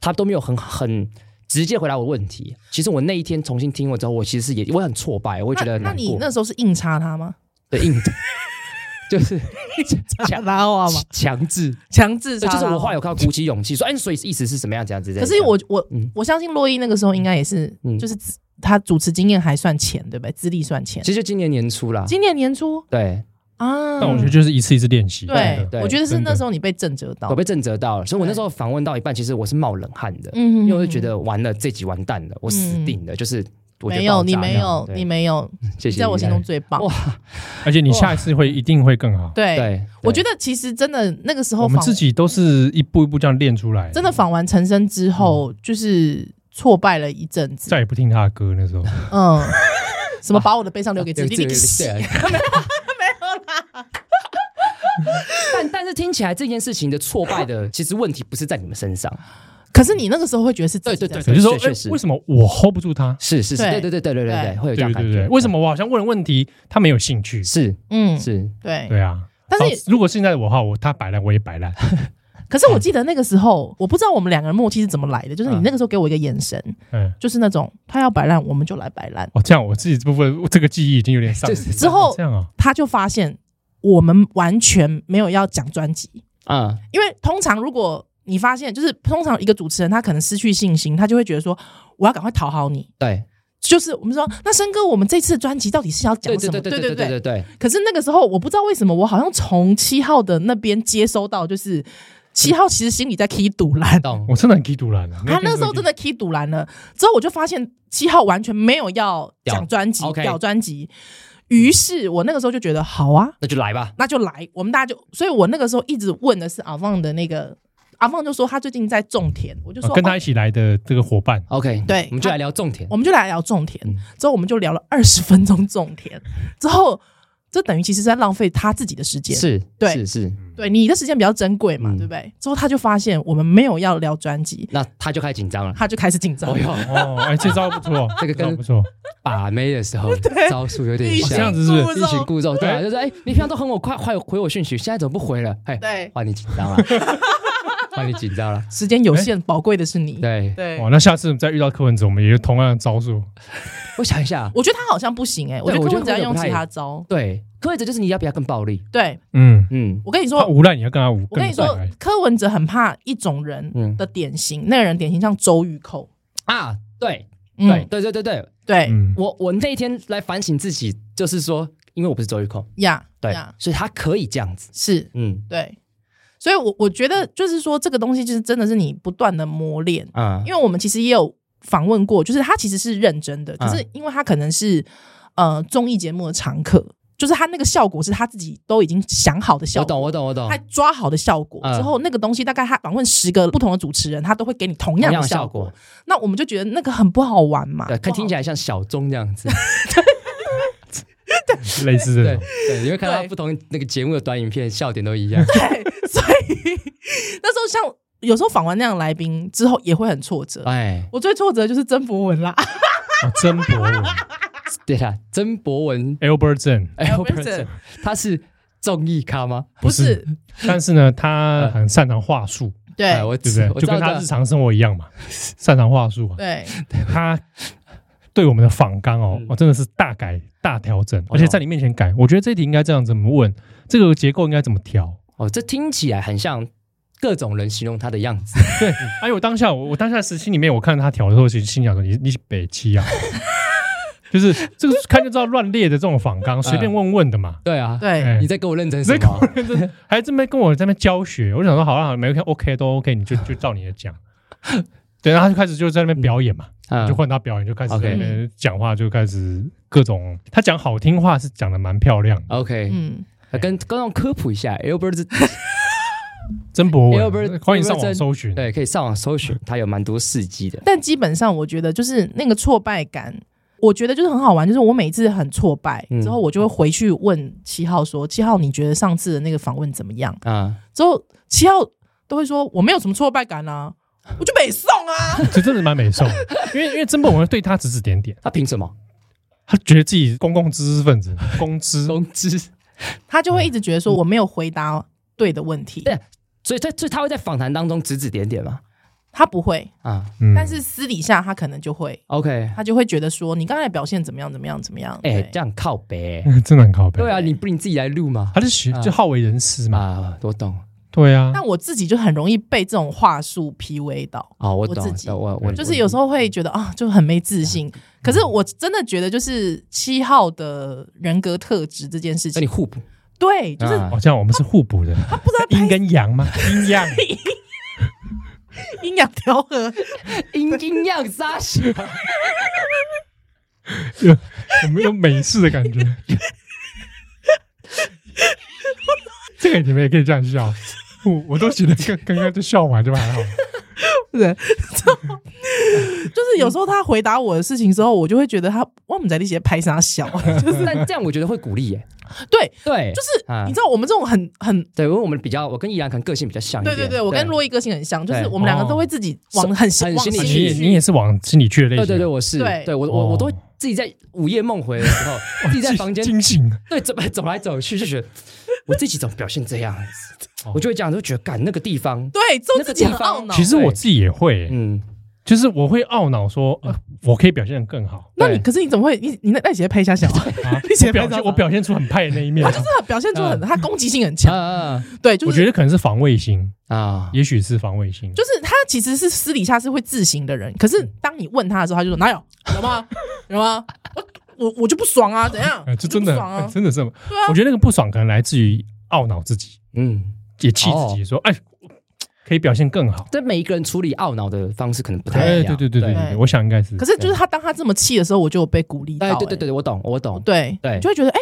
A: 他都没有很很。直接回答我问题。其实我那一天重新听过之后，我其实是也我很挫败，我会觉得很
B: 那那
A: 难
B: 你
A: 过
B: 那时候是硬插他 吗？
A: 对 硬，就是
B: 插他话吗？
A: 强制
B: 强制
A: 对，
B: 插
A: 就是
B: 他
A: 我后
B: 话
A: 来有看到鼓起勇气说，哎，所以意思是什么样？怎样子？
B: 可是我我、
A: 嗯
B: 我相信洛伊那个时候应该也是，
A: 嗯
B: 就是资他主持经验还算浅，对不对？资历算浅
A: 其。实就今年年初啦，
B: 今年年初
A: 对，
B: 啊，
C: 但我觉得就是一次一次练习，
B: 对，
A: 对
B: 我觉得是
C: 真的
B: 那时候你被震折到
A: 我，被震折到了，所以我那
B: 对
A: 时候访问到一半，其实我是冒冷汗的，
B: 嗯
A: 因为我就觉得完了，这集完蛋了，我死定了，就是我觉得
B: 没有
A: 爆炸
B: 你没
A: 这样
B: 有
A: 对
B: 你没有，
A: 谢
B: 你
A: 谢
B: 在我
A: 你
B: 心中最棒。
A: 哇
C: 而且你下一次会一定会更好。
A: 对，
B: 对，
A: 对
B: 我觉得其实真的那个时候
C: 我们
B: 访
C: 自己都是一步一步这样练出来，
B: 真的访完陈升之
A: 嗯
B: 后，就是挫败了一阵子
C: 再，也不听他的歌那时候。
B: 嗯，什么把我的悲伤留给
A: 对
B: 自己，
A: 啊对
B: 你
A: 对
B: 洗
A: 对但但是听起来这件事情的挫败的，其实问题不是在你们身上，
B: 可是你那个时候会觉得是自己
A: 对
B: 在
A: 对对
C: 有些时候，
A: 确
C: 哎
A: 实
C: 为什么我 hold 不住他？
A: 是是是，
B: 对
A: 对对对对对对
B: 对
A: 对，会有这
C: 对
A: 样
C: 对
A: 感
C: 对
A: 觉
C: 对，，为什么我好像问了问题，他没有兴趣？
A: 是
B: 嗯，
A: 是
B: 对。
C: 对啊，
B: 但是
C: 哦如果现在的我的话，我他摆烂我也摆烂，
B: 可是我
A: 嗯
B: 记得那个时候，我不知道我们两个人默契是怎么来的，就是你那个时候给我一个眼神，
C: 嗯。
B: 就是那种他要摆烂，我们就来摆烂。
A: 嗯
C: 哦，这样我自己这部分我这个记忆已经有点丧失。
B: 之后
C: 哦这样啊，
B: 他就发现我们完全没有要讲专辑，
A: 啊，
B: 因为通常如果你发现，就是通常一个主持人他可能失去信心，他就会觉得说我要赶快讨好你。
A: 对
B: 就是我们说，那森哥，我们这次专辑到底是要讲
A: 对
B: 什
A: 对
B: 么？
A: 对对对对对对，
B: 可是那个时候，我不知道为什么，我好像从七号的那边接收到，就是七号其实心里在 key 堵烂，
A: 懂
C: 我真的很嫉妒了。
B: 他那时候真的 key 堵拦了，之后我就发现七号完全没有要讲专辑
A: 屌、，OK
B: 表专辑，于是我那个时候就觉得好啊，
A: 那就来吧，
B: 那就来，我们大家就，所以我那个时候一直问的是阿旺的那个，阿旺就说他最近在种田，我就
C: 啊
B: 说、
C: 跟他
B: 哦
C: 一起来的这个 伙伴，
A: OK，
B: 对
A: 嗯我们就
B: 他
A: 来聊种田。
B: 我们就来聊种田，
A: 嗯
B: 之后我们就聊了二十分钟种田，之后这等于其实在浪费他自己的时间，
A: 是，
B: 对
A: 是是。
B: 对你的时间比较珍贵嘛，
A: 嗯
B: 对不对？之后他就发现我们没有要聊专辑，
A: 那他就开始紧张了。
B: 他就开始紧张
A: 哦。哟，
C: 哦，哎，这招不错，
A: 这个
C: 招
A: 跟
C: 不错，
A: 把妹的时 候招数有点
B: 一
C: 哦这样
A: 像
C: 子，是不是
B: 故
A: 欲
B: 弄
A: 擒故纵，对啊，
C: 哎
A: 就是哎，你平常都很我快快回我讯息，现在怎么不回了？哎，
B: 对
A: 哇，你紧张 了，哇，你紧张了，
B: 时间有限，宝贵的是你。
A: 对，
B: 对
C: 哦哇，那下次我们再遇到柯文哲，我们也有同样的招数。
A: 我想一下，
B: 我觉得他好像不行哎、我觉得
A: 我
B: 柯
A: 觉得
B: 文哲要
A: 柯文哲
B: 用
A: 不太
B: 其他招。
A: 对，柯文哲就是你要比他更暴力，
B: 对
C: 嗯，
A: 嗯，
B: 我跟你
C: 他
B: 说，
C: 无赖你要哎跟他无，
B: 我跟你
C: 更
B: 说
C: 再来，
B: 柯文哲很怕一种人
A: 嗯
B: 的典型，那个人典型像周玉蔻。
A: 啊，对，
B: 嗯，
A: 对，对，对，对，对，
B: 对
C: 嗯，
A: 我我那一天来反省自己，就是说，因为我不是周玉蔻，
B: 呀，
A: 对
B: 呀，
A: 所以他可以这样子，
B: 是，
A: 嗯
B: 对。所以我，我觉得就是说，这个东西就是真的是你不断的磨练，
A: 啊，
B: 因为我们其实也有访问过，就是他其实是认真的，可是因为他可能是呃综艺节目的常客，就是他那个效果是他自己都已经想好的效
A: 我
B: 果
A: 懂，。我懂，我懂
B: 他，抓好的效果
A: 哦嗯
B: 之后，那个东西大概他访问十个不同的主持人，他都会给你同
A: 同
B: 样
A: 样的
B: 的效
A: 效
B: 果
A: 果。，
B: 那我们就觉得那个很不好玩嘛。
A: 对，啊看
B: 不好
A: 听起来像小钟这 样子，
C: 类似这
A: 对
C: 种，
A: 对，你会看到
B: 对
A: 不同那个节目的短影片，笑点都一 样。
B: 对，所以那时候像有时候访完那样的来宾之后，也会很挫折。
A: 哎，
B: 我最挫折就是曾博文啦
C: 啊曾博文
A: 对啦，曾博文哎
C: Albert Zen，
B: 哎，Albertson
A: 他是综艺咖吗？
B: 不
C: 是
B: 是
C: 但是呢，他很擅长话术，
B: 对
A: 哎我
C: 对
A: 知
C: 不对？
A: 我
C: 就
A: 知道
C: 跟他
A: 的
C: 日常生活一样嘛，擅长话术啊。
B: 对
C: 他对我们的访纲哦
A: 嗯，哦
C: 哦，真的是大改大调整，
A: 我
C: 而
A: 懂
C: 且在你面前改。我觉得这题应该这样怎么问，这个结构应该怎么调？
A: 哦，这听起来很像各种人形容他的样子。
C: 哎，我当下我我当下时期里面，我看到他调的时候，其实心想说你你是北七啊， 就是这个看就知道乱列的这种仿
A: 嗯
C: 纲，随便问问的嘛。
A: 对啊，
B: 对
C: 哎
A: 你在跟我认真什
C: 所以跟
A: 么
C: 我？认真，还这边跟我在那边教学，我就想说好了好了，没 OK OK 都 OK，你就就照你的讲。对，然后他就开始就在那边表演嘛，
A: 嗯
C: 就换他表演，就开始
A: OK
C: 在那边讲话，就开始各种。他讲好听话是讲的蛮漂亮的，
A: OK，
B: 嗯，
A: 跟观众科普一下，Albert 是
C: 曾博
A: Albert-
C: 文，欢迎上
A: Albert
C: 网搜寻。
A: 对，可以上网搜寻，他有蛮多事迹的。
B: 但基本上我觉得就是那个挫败感，我觉得就是很好玩，就是我每次很挫败
A: 嗯
B: 之后，我就会回去问七号说：“七号，你觉得上次的那个访问怎么样
A: 啊，？”
B: 之后七号都会说：“我没有什么挫败感 啊，我就北宋啊。
C: 这真的蛮美颂的，因为因为曾博文对他指指点点，
A: 他凭什么？
C: 他觉得自己公共知识 分子，公知
A: 工资？”
B: 他就会一直觉得说我没有回答对的问题
A: 对，所以他，所以他会在访谈当中指指点点嘛？
B: 他不会，
A: 啊
C: 嗯
B: 但是私底下他可能就会。
A: ，OK，
B: 他就会觉得说你刚才表现怎么样怎么样怎么样？
A: 哎、
B: 对
A: 这样靠北、
C: 真的很靠背。
A: 对啊，你不你自己来录吗？
C: 他是学就好为人师 嘛。
A: 啊，我懂，
C: 对啊，
B: 但我自己就很容易被这种话术 PUA 到，
A: 哦，我
B: 我
A: 懂
B: 自，己
A: 我我我
B: 就是有时候会觉得啊，就很没自
A: 嗯
B: 信。可是我真的觉得，就是七号的人格特质这件事
A: 跟你
B: 情，
A: 互补，
B: 对，就是
A: 啊
C: 哦，这样我们是互 补的，
B: 不知道
C: 阴跟阳吗？阴阳，
B: 阴阳调和，
A: 阴阴阳沙小，
C: 有有没有美式的感觉？ 这个你们也可以这样笑，我我都觉得刚刚刚就笑完就还好。
B: 对，就是有时候他回答我的事情之后，我就会觉得他我们在那些拍 啥笑，
A: 但这样我觉得会鼓励耶、
B: 对，
A: 对，
B: 就是
A: 啊
B: 你知道我们这种很很。
A: 对，因为我们比较，我跟依然可能个性比较像一
B: 对
A: 点，
B: 对对，我跟
A: 洛，
B: 洛伊个性很像，就是
A: 对哦
B: 我们两个都会自己往很
A: 很
B: 往
A: 心里
B: 心
A: 去
C: 你也
B: 里
C: 你也是往心里去的类
A: 对
C: 型，
A: 对对，我是，
B: 对
A: 对我我我
C: 哦
A: 都会自己在午夜梦回的时候，自己在房间
C: 惊醒了，
A: 对走 走来走去，就觉得我自己怎么表现这样子，我就会这样，就觉得干那个地方，
B: 对，就
A: 那个
B: 自己
A: 地
B: 很
A: 方
B: 懊恼。
C: 其实我自己也会、
A: 嗯，
C: 就是我会懊恼说，
B: 嗯
C: 呃我可以表现得更 好
B: 那你
A: 对
B: 可是你怎么会你你那那写拍一下小孩，
C: 啊
B: 你写
C: 我表
B: 拍照
C: 现我表现出很派的那一面
B: 他。就是很表现出很他攻击性很强，
A: 嗯啊
B: 对，就
C: 我
B: 是
C: 觉得可能是防卫心，
A: 啊啊，
C: 也许是防卫心。
B: 就是他其实是私底下是会自省的人，可是当你问他的时
A: 嗯
B: 候，他就说哪有有吗 有吗？我我我就不爽啊，怎样？
A: 嗯
C: 呃，
B: 我就
C: 这真
B: 不
C: 的、
B: 爽啊，
C: 真的是，
B: 对啊
C: 我觉得那个不爽可能来自于懊恼自己，
A: 嗯。
C: 也气自
B: 哦
C: 己说，哎，可以表现更好。
A: 但每一个人处理懊恼的方式可能不太
C: 哎，
A: 一样。
C: 对对对对
B: 对
C: 对，我想应该是。
B: 可是就是他当他这么气的时候，我就有被鼓励到、
A: 哎，对对
B: 欸
A: 对，我懂，我懂。
B: 对
A: 对
B: 你就会觉得哎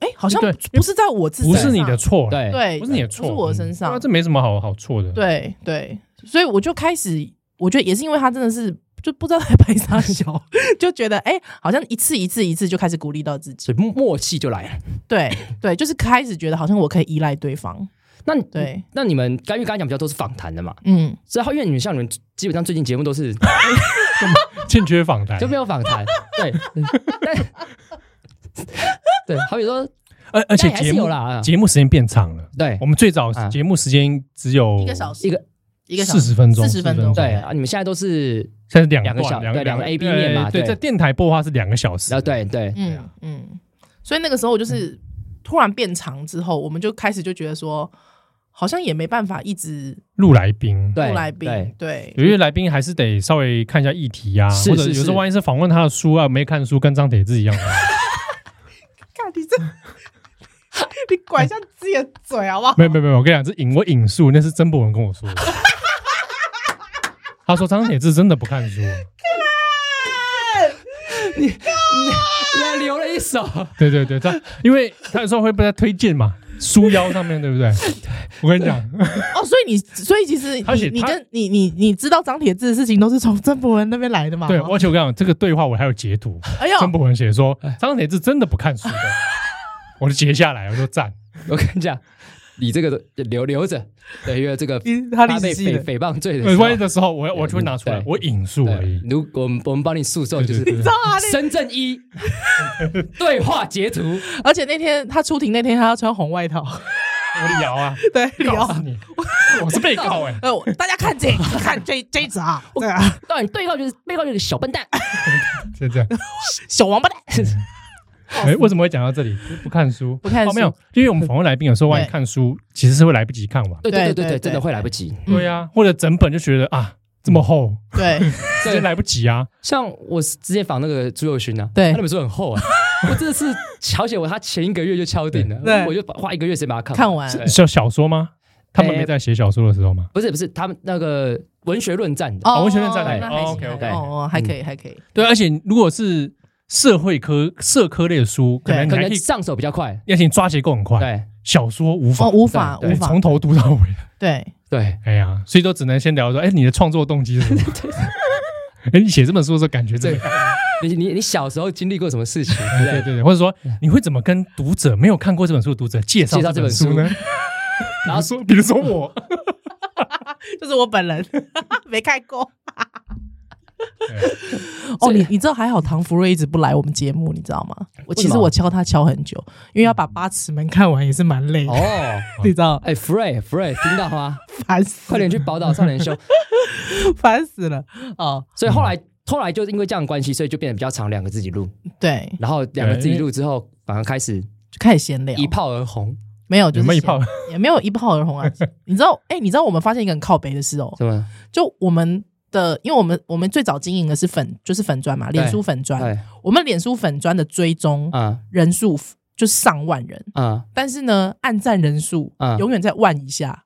B: 哎、好像
C: 对
B: 不是在我自己
C: 不
B: 身上，
C: 是你的错，
A: 对
B: 对，
C: 不是你的
B: 不
C: 错，
B: 是我的身上
C: 嗯对啊这没什么好好错的。，
B: 对对，所以我就开始，我觉得也是因为他真的是就不知道在拍啥小， 就觉得哎、好像一次一次一次就开始鼓励到自己，
A: 所以默默契就来了。
B: 对对，就是开始觉得好像我可以依赖对方，
A: 那你
B: 对，
A: 那你们刚因为刚才讲比较都是访谈的嘛，
B: 嗯，
A: 然后因为你们像你们基本上最近节目都是
C: 欠缺访谈
A: 就。没有访谈，对，嗯但对，好比说，
C: 而而且
A: 但还
C: 节
A: 是
C: 目
A: 有啦，嗯
C: 节目时间变长了，
A: 对
C: 我们最早
A: 啊
C: 节目时间只有
B: 一个小时，
A: 一个
B: 一个小
C: 40分钟
B: 四十分钟，
C: 40分钟
A: 对啊，你们现在都是
C: 现在是两
A: 两个
C: 段
A: 小对两个 A B
C: 对
A: 面嘛
C: 对，
A: 对
C: 在电台播的话是两个小时
A: 啊，，对对，
C: 对
B: 嗯
C: 啊
B: 嗯，所以那个时候我
C: 嗯
B: 就是突然变长之后，我们就开始就觉得说，好像也没办法一直
C: 录来宾。
A: 对
B: 不来宾
A: 对，
B: 对嗯
C: 有些来宾还是得稍微看一下议题啊，
A: 是
C: 或者
A: 是
C: 有时
A: 是
C: 候万一是访问他的书啊，没看书跟张铁志一样，啊
B: 看你这， 你管一下自己的嘴好不好？
C: 没有没有没有，我跟你讲，这引我引述，那是曾博文跟我说 的。他说张铁志真的不看书，
A: 你还留了一手，
C: 对对对，他因为他有时候会被他推荐嘛，书腰上面对不对？我跟你讲，
B: 哦，所以你，所以其实
C: 而且
B: 你，你
C: 他
B: 跟你你你知道张铁志的事情都是从郑博文那边来的嘛？
C: 对，
A: 啊
C: 而且我跟你讲，这个对话我还有 截图，
A: 哦
B: 哎呦，
C: 曾博文写说张铁志真的不看书的，我就截下来，我就赞。
A: 我跟你讲，你这个留留着，对，因为这个
B: 你哎他历
A: 他被
B: 史系
A: 诽
B: 的，
A: 诽谤罪的时
C: 呃
A: 候
C: 万一，的时候，我我就会拿出来
A: 对，
C: 我引述而
A: 对
C: 已，。
A: 如我们我们帮你诉讼就是
C: 对对对
B: 你知道啊？那
A: 深圳 一对话截图，
B: 而且那天他出庭那天，他要穿红外套，
C: 我聊 啊，
B: 对，
C: 告
B: 聊。
C: 诉你，我是被告 哎，
B: 呃，我大家看这看这这一集啊，对啊，
A: 到底对号就是背后就是个小笨蛋，
C: 就 这样。
B: 小王八
C: 哦
B: 蛋，
C: 哎，为什么会讲到这里？ 不看书，
B: 不看
C: 哦，
B: 书
C: 没有，因为我们访问来宾有时候万一
B: 对
C: 看书，其实是会来不及看完。
A: 对对对对
B: 对对
A: 对，真的
B: 对
A: 会来不及。
B: 嗯
C: 对呀、或者整本就觉得啊，这么厚，
B: 对，
C: 直接来不及啊！
A: 像我之前访那个朱佑勋啊，
B: 对
A: 他那本书很厚啊， 我真的是巧写我他前一个月就敲定 了，
B: 对
A: 我就把花一个月时间把它看
B: 看完
A: 对
C: 小小说吗？他们没在写小说的时候吗？
A: 不是不是，他们那个文学论战的，
B: 哦
C: 我选择再来
B: 那
C: 哦
B: 还行
C: OK，OK
B: 哦哦，还可以，还可以，
C: 对，而且如果是社会科社科类的书，可能你
A: 可
C: 还
A: 能
C: 可以，
A: 上手比较快。
C: 而且你抓节奏很快。
A: 对
C: 小说无法
B: 哦，，无法，
A: 对
B: 无
C: 对
B: 法
C: 从，头读到尾。
B: 对，
A: 对，
C: 哎呀，所以都只能先聊说，哎，你的创作动机是什么？ 哎，你写这本书的时候感觉怎么样？
A: 你你你小时候经历过什么事 情 之类
C: 对
A: 的？
C: 对对，或者说你会怎么跟读者没有看过这本书的读者介绍
A: 介绍
C: 本
A: 这
C: 呢
A: 本？
C: 比
A: 然后
C: 如说，比如说我，
B: 这是我本人 没看过。 哦，
A: 哎所以
B: 你你知道还好唐福瑞一直不来我们节目，你知道吗？我其
A: 为什
B: 实
A: 么
B: 我敲他敲很久，因为要把八尺门看完也是蛮累的，
A: 哦，
B: 你知道，
A: 哎，Frey Frey，听到吗？
B: 烦死，
A: 快点去宝岛少年秀。
B: 烦死了。哦，
A: 所以后 来后来就是因为这样的关系，所以就变得比较长，两个自己录，
B: 对，
A: 然后两个自己录之后，反而开始
B: 就开始闲聊，
A: 一炮而红，
B: 没有，就
C: 有
B: 是
C: 没有一
B: 闲
C: 炮？
B: 也没有一炮而 红啊。你知道，哎、你知道我们发现一个很靠北的事哦，
A: 是吗？
B: 就我们的，因为我们我们最早经营的是粉，就是粉砖嘛，脸书粉砖，
A: 对，
B: 我们脸书粉砖的追踪
A: 啊
B: 人数就是上万人，
A: 啊
B: 但是呢，按赞人数
A: 嗯
B: 永远在万以下。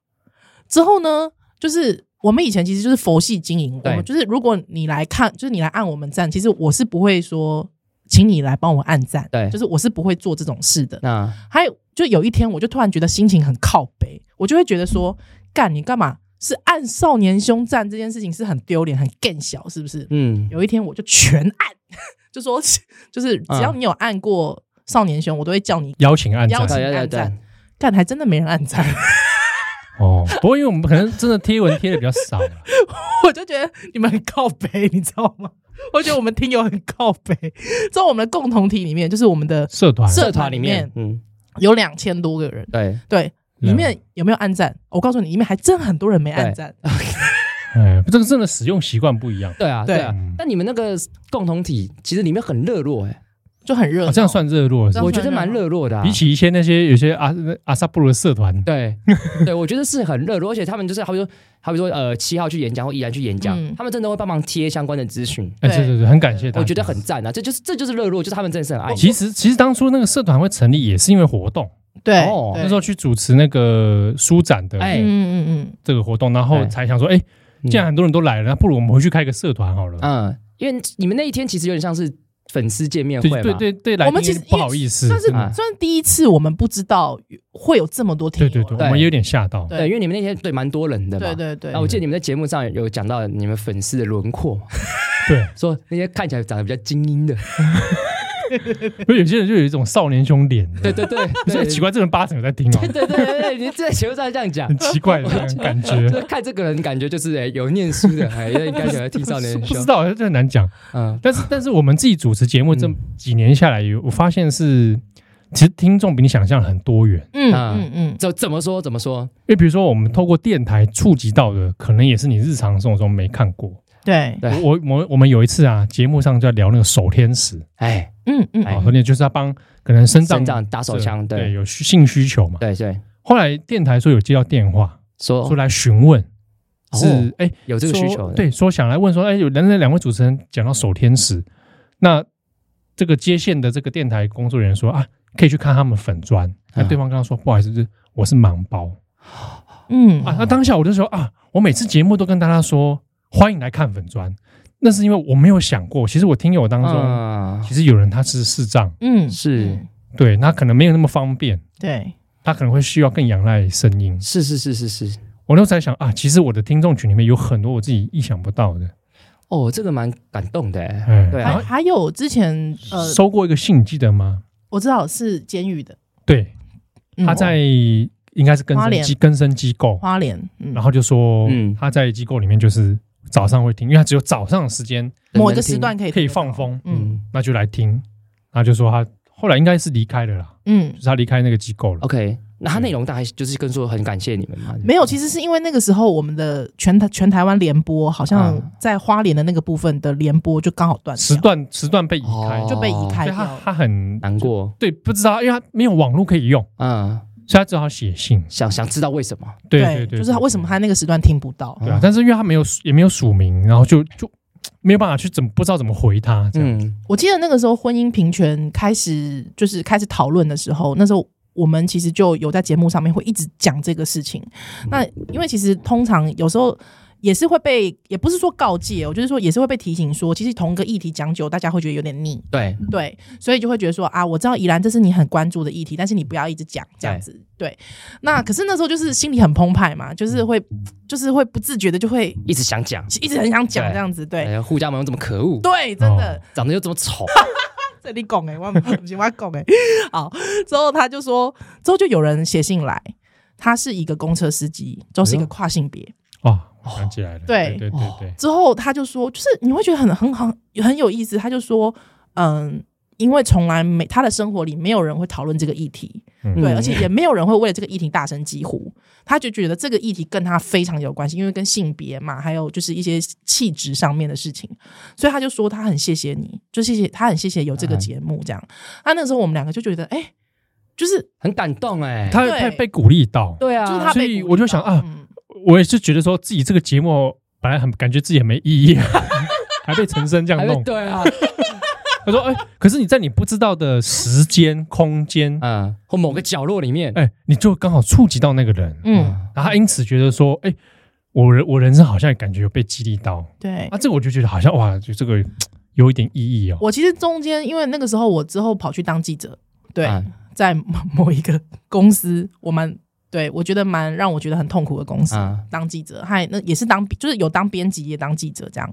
B: 之后呢，就是我们以前其实就是佛系经营，我
A: 对
B: 们就是如果你来看，就是你来按我们赞，其实我是不会说，请你来帮我按赞，
A: 对
B: 就是我是不会做这种事的。
A: 那
B: 还有，就有一天我就突然觉得心情很靠北，我就会觉得说，干你干嘛？是按少年凶赞这件事情是很丢脸、很更小，是不是？
A: 嗯
B: 有一天我就全按， 就说就是只要
A: 嗯
B: 你有按过少年凶，我都会叫你
C: 邀请暗
B: 邀
C: 战
B: 请
A: 对对
B: 按赞
A: 对，
B: 干，还真的没人按赞，
C: 哦，不过因为我们可能真的贴文贴的比较少啊，
B: 我就觉得你们很靠北，你知道吗？我觉得我们听友很靠北。在我们的共同体里面，就是我们的
C: 社团啊
B: 社
A: 社团里面，嗯，
B: 有两千多个人，
A: 对，
B: 对，里面有没有按赞？我告诉你，里面还真很多人没按赞。
C: 哎，这个真的使用习惯不一样。
A: 对啊，
B: 对
A: 对啊
C: 嗯。
A: 但你们那个共同体其实里面很热络哎，
B: 就很热闹、
C: 哦这样算热络是
B: 这样
C: 吧，
A: 我觉得蛮热络的啊。
C: 比起一些那些有些阿阿萨布鲁的社团，
A: 对对，我觉得是很热络，而 且他们就是，好比说，好比说，呃，七号去演讲或依然去演讲，
B: 嗯
A: 他们真的会帮忙贴相关的资讯，
C: 哎，
B: 对
C: 对对对，很感谢大家。
A: 我觉得很赞啊！这就是这就是热络，就是他们真的是很爱你。
C: 其实其实当初那个社团会成立也是因为活动，
B: 对，
A: 哦
B: 对
C: 那时候去主持那个书展的
A: 哎嗯
B: 嗯嗯嗯
C: 这个活动，然后
A: 对
C: 才想说，哎，既然很多人都来了，那不如我们回去开个社团好了。
A: 嗯，嗯，因为你们那一天其实有点像是粉丝见面会
C: 对
A: 嘛，
C: 对对对，来
B: 我们
C: 宾
B: 其实
C: 不好意思，
B: 算是
C: 真的
B: 算是第一次，我们不知道会有这么多听
C: 对
B: 友
C: 对对，
A: 对
C: 我们也有点吓到。
A: 对因为你们那天对蛮多人的嘛。
B: 对对对
A: 那我记得你们在节目上有讲到你们粉丝的轮廓嘛，
C: 对，
A: 说那些看起来长得比较精英的，
C: 因为有些人就有一种少年兄脸，
A: 对对对，
C: 我说，
A: 对
C: 哎奇，怪，这人八成有在听哦
A: 对， 对对对对，你在节目上这样讲
C: 很，奇怪的这种感觉
A: 就。是看这个人感觉就是哎有念书 的，哎应该喜欢听 少年
C: 不
A: 秀
C: 知，道，这很难讲。
A: 嗯，
C: 但是，但是我们自己主持节目这
A: 嗯
C: 几年下来，有我发现是，其实听众比你想象很多元。
B: 嗯
A: 啊
B: 嗯嗯，
A: 怎怎么说怎么说？
C: 因为比如说，我们透过电台触及到的，可能也是你日常生活中没看过。
B: 对，
A: 对
C: 我我我们有一次啊，节目上就在聊那个手天使
A: 哎，
B: 嗯嗯
A: 哎
C: 啊，手天使就是他帮可能身
A: 身
C: 障
A: 长打手枪，
C: 对
A: 对
C: 有需性需求嘛。
A: 对对，
C: 后来电台说有接到电话，
A: 说
C: 说来询问
A: 哦
C: 是哎
A: 有这个需
C: 说
A: 求的，
C: 对，说想来问说，哎，有人那两位主持人讲到守天使，那这个接线的这个电台工作人员说啊，可以去看他们粉砖。那
A: 嗯
C: 对方刚刚说，不好意思，是我是盲包
B: 嗯
C: 啊。那当下我就说啊，我每次节目都跟大家说，欢迎来看粉砖，那是因为我没有想过，其实我听友当中，
A: 嗯，
C: 其实有人他是视障，
B: 嗯
A: 是
B: 嗯
C: 对，那可能没有那么方便，
B: 对
C: 他可能会需要更仰赖声音。
A: 是是是是是，
C: 我那时候才想啊，其实我的听众群里面有很多我自己意想不到的，
A: 哦，这个蛮感动的哎，
C: 嗯，
A: 对啊
B: 还还有之前呃，
C: 收过一个信，你记得吗？
B: 我知道是监狱的，
C: 对，
B: 嗯
C: 他在应该是更
B: 花
C: 生
B: 莲
C: 机更生机构，
B: 花莲，嗯
C: 然，后就说
A: 嗯
C: 他在机构里面就是早上会听，因为他只有早上的时间
B: 某一个时段可以
C: 可以放，风，
B: 嗯
A: 嗯
C: 那就来听。他就说他后来应该是离开了啦，
B: 嗯
C: 就，是他离开那个机构
B: 哦
C: 了。
A: ，OK，那它内容大概就是跟说很感谢你们嘛，
B: 没有，其实是因为那个时候我们的全台全台湾联播好像
A: 啊
B: 在花莲的那个部分的联播就刚好断
C: 嗯时
B: 掉，
C: 段时段被移开，
A: 哦
B: 就被移
C: 所
B: 开
C: 以
B: 掉
C: 他
B: 了，
C: 他很
A: 难过，
C: 对，不知道，因为他没有网络可以用，
A: 嗯，
C: 所以他只好写信。
A: 想想知道为什么？
C: 对对对，
B: 就是他为什么他那个时段听不到？
C: 对啊？但是因为他没有也没有署名，然后就就没有办法去怎么不知道怎么回他这样。
A: 嗯，
B: 我记得那个时候婚姻平权开始就是开始讨论的时候，那时候我们其实就有在节目上面会一直讲这个事情。
C: 嗯
B: 那因为其实通常有时候也是会被，也不是说告诫，我哦就是说也是会被提醒说，其实同一个议题讲久，大家会觉得有点腻，
A: 对，
B: 对，所以就会觉得说啊，我知道宜兰这是你很关注的议题，但是你不要一直讲这样子。对，那可是那时候就是心里很澎湃嘛，就是会就是会不自觉的就会
A: 一直想讲。
B: 一直很想讲
A: 对
B: 这样子，对。
A: 哎呀，护家盟怎么可恶？
B: 对，真的，
C: 哦
A: 长得又这么 丑，
B: 这里拱哎，我不不行，我要拱哎。 好，之后他就说，之后就有人写信来，他是一个公车司机，就是一个跨性别。
C: 哦，我想起来了，
B: 对
C: 对对对对，
B: 之后他就说，就是你会觉得很很很很有意思。他就说，嗯，因为从来没他的生活里没有人会讨论这个议题，
C: 嗯
B: 对，而且也没有人会为了这个议题大声疾呼。 他就觉得这个议题跟他非常有关系，因为跟性别嘛，还有就是一些气质上面的事情，所以他就说他很谢谢你，就谢谢他很谢谢有这个节目这样。那、那时候我们两个就觉得，哎、就是
A: 很感动哎。
C: 他
B: 对
C: 他被鼓励到，
A: 对
B: 就是他
A: 啊，
B: 被
C: 所
B: 鼓励
C: 以
B: 到，
C: 我就想啊
B: 嗯
C: 我也是觉得说自己这个节目本来很感觉自己很没意义， 还被陈生这样
A: 还
C: 弄
A: 会。对啊，
C: 他说：“哎、可是你在你不知道的时间、空间，
A: 嗯，或某个角落里面，
C: 哎、你就刚好触及到那个人，
B: 嗯，
C: 然后他因此觉得说，哎、我人我人生好像感觉有被激励到
B: 对。
C: 啊，这个我就觉得好像哇，就这个嘖有一点意义哦。
B: 我其实中间，因为那个时候我之后跑去当记者，对，
A: 啊
B: 在某某一个公司，我蛮对我觉得蛮让我觉得很痛苦的公司。
A: 啊，
B: 当记者，还那也是当，就是有当编辑，也当记者这样。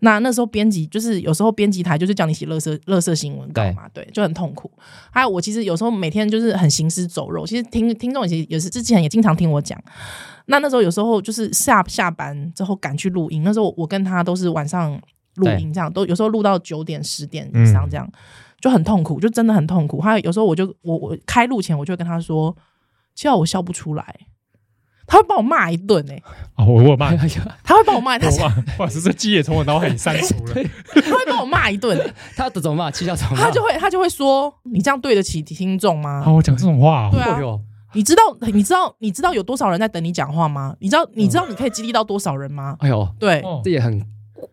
B: 那那时候编辑就是有时候编辑台就是叫你写乐色乐色新闻稿嘛，对，就很痛苦。还有我其实有时候每天就是很行尸走肉，其实听听众也是也是之前也经常听我讲。那那时候有时候就是下下班之后赶去录音，那时候我跟他都是晚上录音这样，都有时候录到九点十点以上这样，就很痛苦，就真的很痛苦。还有有时候我就我我开录前我就会跟他说，其实我笑不出来。他会把我骂一顿 哎、
C: 啊，我我骂你，
B: 他会把我骂，他
C: 我
B: 他
C: 骂，哇，这鸡也从我脑海里删除了。
B: 会把我骂一顿，
A: 他怎么骂？气笑怎么骂？
B: 他就会他就会说：“你这样对得起听众
C: 啊，
B: 吗
C: 我讲这种话、
B: 对
C: 哦，
B: 啊
A: 哎呦
B: 你知道你知道你知道有多少人在等你讲话吗？你知道你知道你可以激励到多少人吗？
A: 哎呦，
B: 对
C: 哦
A: 这也很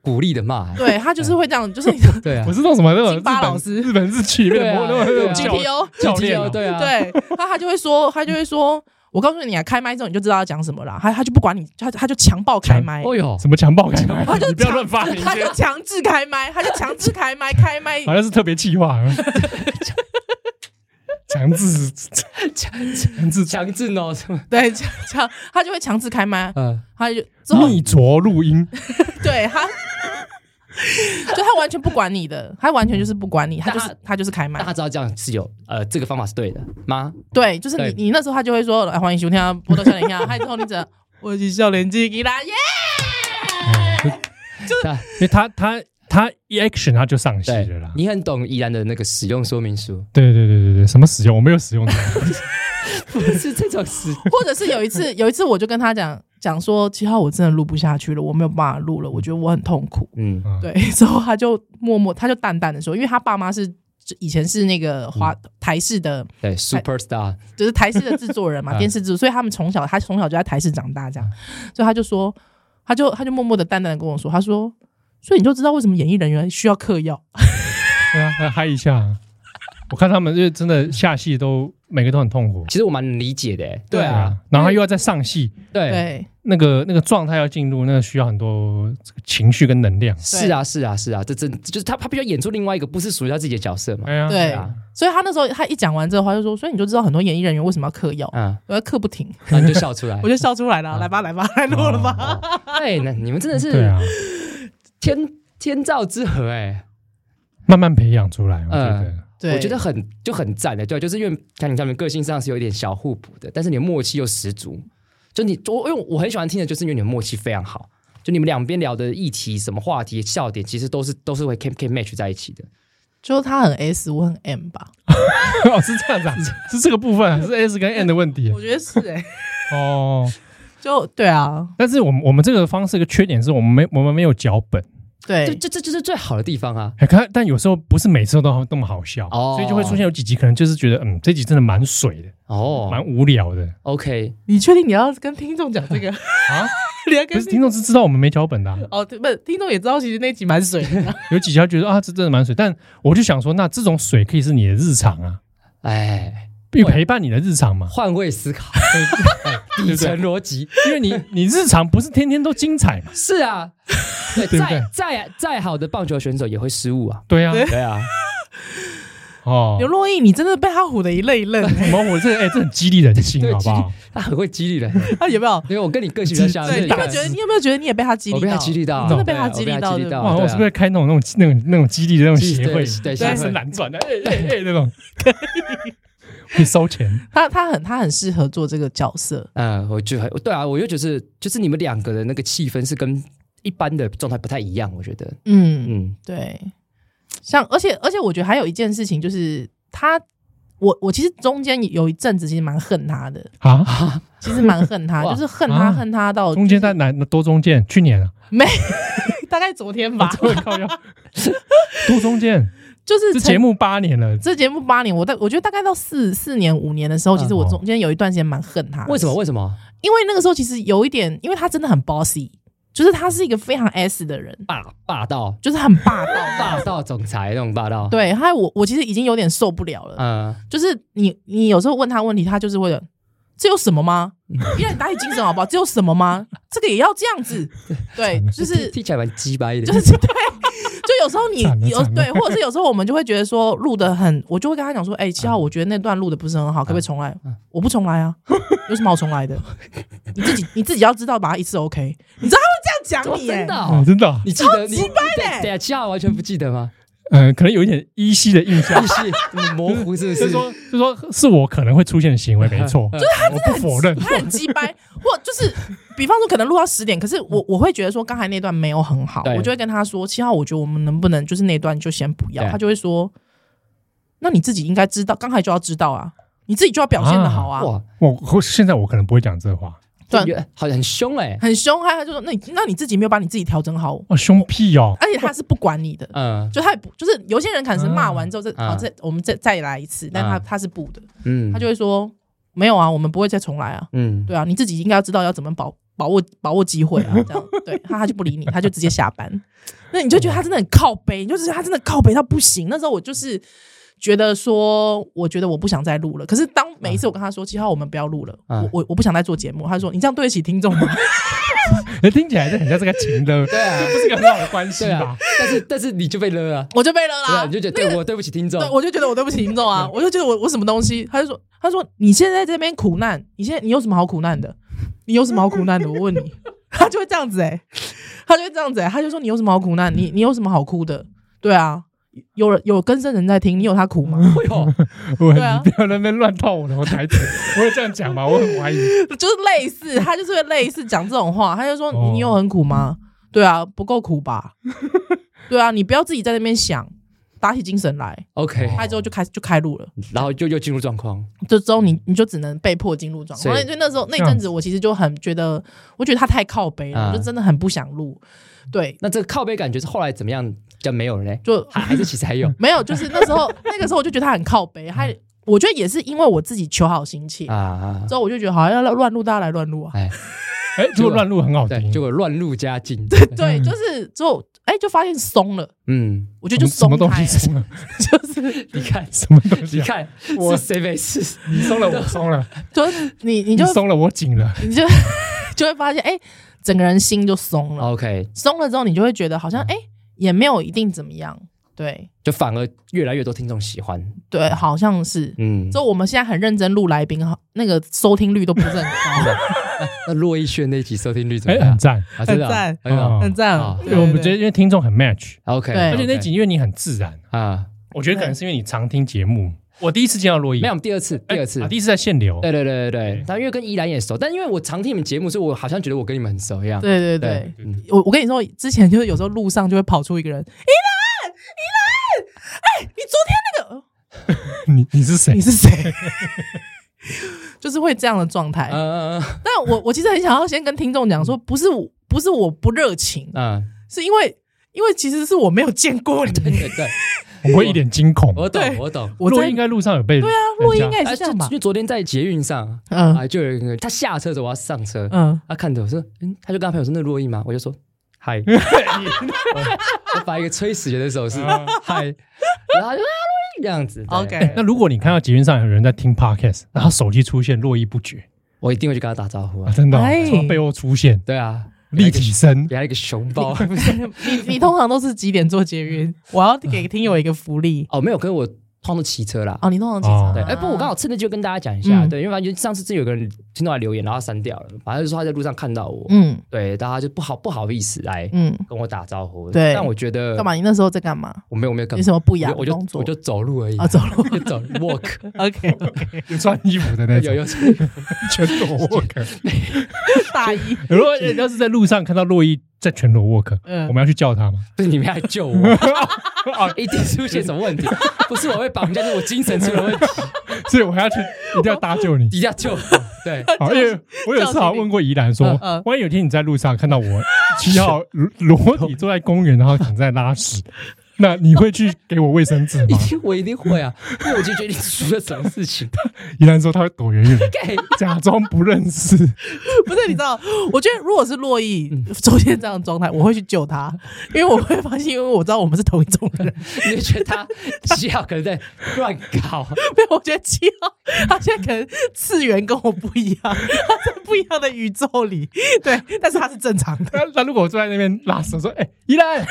A: 鼓励的骂，哎
B: 对，他就是会这样，就是
A: 对啊
C: 我，是那种什么那种日
B: 金巴老
C: 本
B: 师
C: 日本日剧里面的某那种
A: 对啊
C: 那种教
B: GTO
C: 教练哦、
A: 对啊，
B: 对，他他就会说他就会说。”我告诉你啊，开麦之后你就知道要讲什么了。他他就不管你，他他就强暴开麦，
A: 哦呦，
C: 什么强暴感，你不要
B: 强
C: 乱发，你
B: 他就强制开麦，他就强制开麦，开 麦
C: 好像是特别计划，强制
A: 强
C: 强制
A: 强制哦，什么？
B: 对强强，他就会强制开麦，
A: 嗯，
B: 他就之后
C: 逆着录音，
B: 对他，就他完全不管你的，他完全就是不管你，他就是他就是开
A: 大
B: 麦
A: 家。知道这样是有呃，这个方法是对的吗？
B: 对，就是
A: 对
B: 你你那时候他就会说，来欢迎收听啊波多笑脸呀，嗨之后你怎？ 我是笑脸机给啦耶！
A: 大
C: 因为他他他一 action 他就上戏
A: 对
C: 了啦，。
A: 你很懂宜兰的那个使用说明书，
C: 对对对对对，什么使用？我没有使用的，
A: 不是这种使
B: 或者是有一次有一次我就跟他讲讲说，七号我真的录不下去了，我没有办法录了，我觉得我很痛苦。
A: 嗯，
B: 对， 之后他就默默他就淡淡的说，因为他爸妈是以前是那个华台式的
A: 对，super star，
B: 就是台式的制作人 嘛，
A: 嗯
B: 电视制作，所以他们从小他从小就在台视长大，这样，所以他就说，他就他就默默的淡淡的跟我说，他说，所以你就知道为什么演艺人员需要嗑药，
C: 对啊，嗨一下。我看他们就真的下戏都每个都很痛苦，
A: 其实我蛮能理解的，哎
B: 对啊，
C: 然后他又要在上戏，
A: 对，
B: 对
C: 那个那个状态要进入，那个需要很多这个情绪跟能量。
A: 是啊，是啊，是啊，这真就是他，他必须要演出另外一个不是属于他自己的角色嘛，
C: 哎呀，
B: 对
A: 啊，
B: 所以他那时候他一讲完这话就说，所以你就知道很多演艺人员为什么要嗑药，
A: 嗯，
B: 我要嗑不停，
A: 然后你就笑出来
B: 我，就笑出
A: 嗯
B: 来了，来吧来吧，来录了 吧，
A: 哎，那你们真的
C: 啊对
A: 是
C: 啊，
A: 天天造之合，哎，
C: 慢慢培养出来，我觉得
B: 对，
A: 哦我觉得很就很赞欸的，对，啊就是因为看你他们个性上是有点小互补的，但是你的默契又十足。就你，我因为我很喜欢听的，就是因为你们默契非常好，就你们两边聊的议题、什么话题、笑点，其实都是都是会 can can match 在一起的。
B: 就是他很 S，我很 M 吧，
C: 哦是这样子啊，是这个部分啊是 S 跟 N 的问 题
B: 我觉得是哎，
C: 哦。
B: 就对啊，啊
C: 但是我们我们这个方式一个缺点是我们没我们没有脚本，
A: 这
B: 对，
A: 这这就是最好的地方啊！
C: 哎，看，但有时候不是每次都那么好笑，
A: 哦
C: 所以就会出现有几集可能就是觉得，嗯，这集真的蛮水的，蛮
A: 哦
C: 无聊的
A: ，OK，
B: 你确定你要跟听众讲这个？
C: 啊。
B: 你要
C: 可
B: 跟
C: 是听众是知道我们没脚本的啊、
B: 哦，对，不是听众也知道，其实那集蛮水的。
C: 有几集他觉得啊，这真的蛮水，但我就想说，那这种水可以是你的日常啊，
A: 哎，
C: 因为陪伴你的日常嘛，
A: 换位思 考，
C: 对
A: 底
C: 不
A: 层
C: 对？
A: 逻辑
C: 因为 你你日常不是天天都精彩嘛，
A: 是 啊，对，
C: 对不对
A: 再再再好的棒球选手也会失误啊，
C: 对啊，
A: 对啊，
C: 哦
B: 刘，若英，你真的被他唬得一愣一愣。
C: 什么我这哎、这很激励人心，
A: 对
C: 好不好？
A: 他很会激励人，欸
B: 他啊有没有？
A: 因为我跟你个性比较像，
B: 对，
A: 所以你
B: 你有
A: 看
B: 没有觉得？你有没有觉得你也被他激励
A: 我
B: 到？
A: 被他激励到，
B: 真的被他
A: 对
B: 激励
A: 我被
B: 到
A: 激励
B: 对不对
A: 到，
C: 哇，
A: 对啊
C: 我是不是开那种那种那种那种激励的那种
A: 激
C: 协会，
A: 对对
C: 真
A: 协
C: 的是
A: 会
C: 难转的，哎哎哎那种，会收钱，
B: 他他很他很适合做这个角色。
A: 嗯，我就很对啊，我就觉得就是你们两个的那个气氛是跟一般的状态不太一样，我觉得，
B: 嗯
A: 嗯，
B: 对，像而且而且，我觉得还有一件事情就是他，我我其实中间有一阵子其实蛮恨他的，
C: 啊。
B: 其实蛮恨 他，
A: 哇
B: 就是恨他
C: 啊
B: 恨他到
C: 中间在哪多中间？去 年啊，
B: 没 大概昨天吧，
C: 我靠要多中间，
B: 就是
C: 这
B: 曾
C: 节目八年了，
B: 这节目八年，我大我觉得大概到四四年五年的时候，其实我
C: 嗯哦
B: 中间有一段时间蛮恨他的。
A: 嗯为什么？为什么
B: 因为那个时候其实有一点，因为他真的很 bossy，就是他是一个非常 S 的人，
A: 霸啊霸道
B: 就是很霸道。
A: 霸道总裁那种霸道？，
B: 对，啊还有我我其实已经有点受不了了。
A: 嗯，
B: 就是你你有时候问他问题，他就是会有这有什 么吗？因为你打起精神好不好？这有什么吗？这个也要这样 子，对，就是
A: 听起来蛮鸡掰 的，哦
B: 就是对。就有时候
C: 惨了
B: 你有
C: 惨了
B: 对，或者是有时候我们就会觉得说录的很，我就会跟他讲说，哎、七
A: 嗯
B: 号，我觉得那段录的不是很好，可不可以重来？我不重来啊，有什么好重来的？你自己你自己要知道，把它一次 OK。你知道他会这样讲
A: 哦
B: 你、哎
A: 真的
C: 哦
A: 哦，，
C: 真的啊，
A: 你记得你
B: 鸡掰的
A: 对对啊，七号完全不记得吗？
C: 呃，可能有一点依稀的印象，
A: 意识你模糊 是不
C: 就是
A: 是？
C: 说，就是说是我可能会出现的行为，没错，我不否认。
B: 他很鸡掰，或就是比方说可能录到十点，可是我我会觉得说刚才那段没有很好，
A: 对
B: 我就会跟他说七号，我觉得我们能不能就是那段就先不要？
A: 对
B: 他就会说，那你自己应该知道，刚才就要知道啊，你自己就要表现的好啊，
A: 哇，
C: 我我现在我可能不会讲这话，
B: 对
A: 这个好像很凶哎，
B: 很凶，啊他他就说那你那你自己没有把你自己调整好，
C: 哇，凶 屁哦！
B: 而且他是不管你的。
A: 嗯
B: 就他也不，就是有些人可能是骂完之后，这
A: 啊
B: 好这我们再再来一次，但他
A: 啊
B: 他是不的，
A: 嗯，
B: 他就会说没有啊，我们不会再重来啊，
A: 嗯，
B: 对啊，你自己应该要知道要怎么保把握把握机 会啊，这样对，他他就不理你，他就直接下班。那你就觉得他真的很靠背，你就觉得他真的靠背到不行。那时候我就是觉得说，我觉得我不想再录了。可是当每一
A: 啊
B: 次我跟他说，七号我们不要录了，
A: 嗯
B: 我我我不想再做节目，他就说你这样对得起听众吗？
C: 那哎听起来是很像这个情的，
A: 对啊
C: 这不是个很好的关系
A: 对
C: 吧
A: 啊？，但是但是你就被勒啊，
B: 我就被了
A: 对啊，
B: 啦
A: 你。就觉得对我对不起听众
B: 对，，我就觉得我对不起听众啊，我就觉得我我什么东西，他就说他说你现在在这边苦难，你现在你有什么好苦难的？你有什么好苦难的？我问你，他就会这样子哎、他就会这样子哎、他就说你有什么好苦难？你你有什么好哭的？对啊，有人有更生人在听，你有他 苦吗？
A: 哎呦，
C: 我
B: 对啊
C: 你不要在那边乱套我的我台词，我有这样讲吗？我很 怀疑。
B: 就是类似，他就是会类似讲这种话，他就说
C: 哦
B: 你有很苦吗？对啊，不够苦吧？对啊，你不要自己在那边想，打起精神来。
A: OK，
B: 他之后就开就开录了。
A: 然后就又进入状况，
B: 这之后你你就只能被迫进入状况。
A: 是
B: 所以那时候那一阵子，我其实就很觉得，我觉得他太靠背
A: 嗯
B: 了，我就真的很不想录。对，
A: 那这个靠背感觉是后来怎么样？就没有了嘞，
B: 就
A: 还还是其实还有
B: 没有，就是那时候那个时候我就觉得他很靠背，还我觉得也是因为我自己求好心切，
A: 啊 啊，
B: 之后我就觉得好像要乱录，大家来乱录啊。
A: 哎，
C: 哎，如果乱入很好
A: 对，结
C: 听，
A: 果乱入佳境，
B: 对，就是之后哎、就发现松了，
A: 嗯，
B: 我觉得就
C: 什
B: 松
C: 么东
B: 开
C: 西
B: 了，
C: 松了？
B: 就是
A: 你看，
C: 什么东西
A: 你
C: 啊？
A: 看
C: 我
A: 是谁没事？
C: 你松了，我松了，
B: 就是你你
C: 你
B: 就
C: 松了，我紧了。
B: 你就 就会发现哎、整个人心就松了，
A: OK，
B: 松了之后你就会觉得好像哎、也没有一定怎么样，对。
A: 就反而越来越多听众喜欢，
B: 对，好像是。
A: 嗯，
B: 就我们现在很认真录来宾，那个收听率都不是很高，
A: 那骆一轩那集收听率怎
C: 哎
A: 么，样
C: 很？赞。
A: 啊，真的啊，
B: 很赞
A: 很好
C: 哦
B: 很赞
A: 哦
B: 哦。
A: 对
C: 因为我们觉得因为听众很 match，
A: ，OK，
B: 对
C: 而且那集因为你很自然，
A: 啊，
C: 我觉得可能是因为你常听节目。我第一次见到洛伊，
A: 没有，我们第二次，第二次
C: 啊，。第一次在限流。
A: 对对对对对，但因为跟依兰也熟，但因为我常听你们节目，所以我好像觉得我跟你们很熟一样。嗯
B: 对对对，我我跟你说，之前就是有时候路上就会跑出一个人，依兰，依兰，哎，你昨天那个呃
C: 你你是谁
B: 你？是谁？就是会这样的状态。
A: 嗯嗯
B: 但我我其实很想要先跟听众讲说，不是我不是我不热情，
A: 嗯
B: 是因为因为其实是我没有见过 你。
A: 对对对，
C: 我会一脸惊恐。
A: 我懂
B: 对
A: 我懂。
B: 我
C: 若
B: 在
C: 应该路上有被对啊
B: 录音应哎该也是这样吧
A: 因？为昨天在捷运上
B: 嗯
A: 啊，就有一个他下车的时候我要上车，
B: 嗯，
A: 他看着我说，嗯，他就跟他朋友说那洛伊吗？我就说 嗨， 我发一个吹死人的手势，嗨， 然后他就啊洛伊这样子。对
B: 嗯 OK
C: 哎那如果你看到捷运上有人在听 podcast，然后手机出现络绎不绝
A: 我一定会去跟他打招呼
C: 啊，
A: 啊。
C: 真的哦
B: 哎
C: 从背后出现
A: 对啊，
C: 立体声，
A: 给他一个熊抱。
B: 嗯 你你通常都是几点做捷运？ 我要给听友一个福利
A: 哦，没有，可是我通常都骑车啦。
B: 哦，你通常几点？
A: 对，哎、不，我刚好趁着就跟大家讲一下，
B: 嗯
A: 对，因为反正上次真有个人听到来留言，然后他删掉了，反正就说他在路上看到我，
B: 嗯
A: 对，大家就不好不好意思来
B: 嗯，
A: 跟我打招呼。
B: 对
A: 但我觉得
B: 干？嘛？你那时候在干嘛？
A: 我没有我没有干
B: 有
A: 嘛
B: 什，么不
A: 我
B: 雅
A: 就
B: 的
A: 我就
B: 动作？
A: 我就哦走路而已
B: 啊，走路。
A: 就走 walk，
B: OK，
C: 有穿衣服的那
A: 有
C: 种，
A: 有
C: 全裸 walk。
B: 大一，
C: 如果要是在路上看到洛伊在全裸 walk，
B: 嗯
C: 我们要去叫他吗？
A: 不是你们要来救我， 一定出现什么 问题？不是我被绑架，是我精神出了问题，
C: 所以我还要去，一定要搭 救你。
A: 一定要救我。对，
C: 好，因为我有次好像问过宜兰说
B: 嗯嗯，
C: 万一有一天你在路上看到我七号裸裸体坐在公园，然后躺在拉屎，那你会去给我卫生纸
A: 一
C: 吗？
A: 定我一定会啊，因为我就决定出了什么事 情。
C: 宜兰说他会躲远远的，
A: 干
C: 假装不认识。
B: 不是你知道？我觉得如果是洛伊
A: 嗯
B: 出现这样的状态，我会去救他，因为我会发现，因为我知道我们是同一种 人。
A: 你就觉得他七号可能在乱搞，
B: 没有，我觉得七号他现在可能次元跟我不一样，他在不一样的宇宙里，对，但是他是正常的。
C: 那那如果我坐在那边拉屎，我说：“哎，宜兰， 宜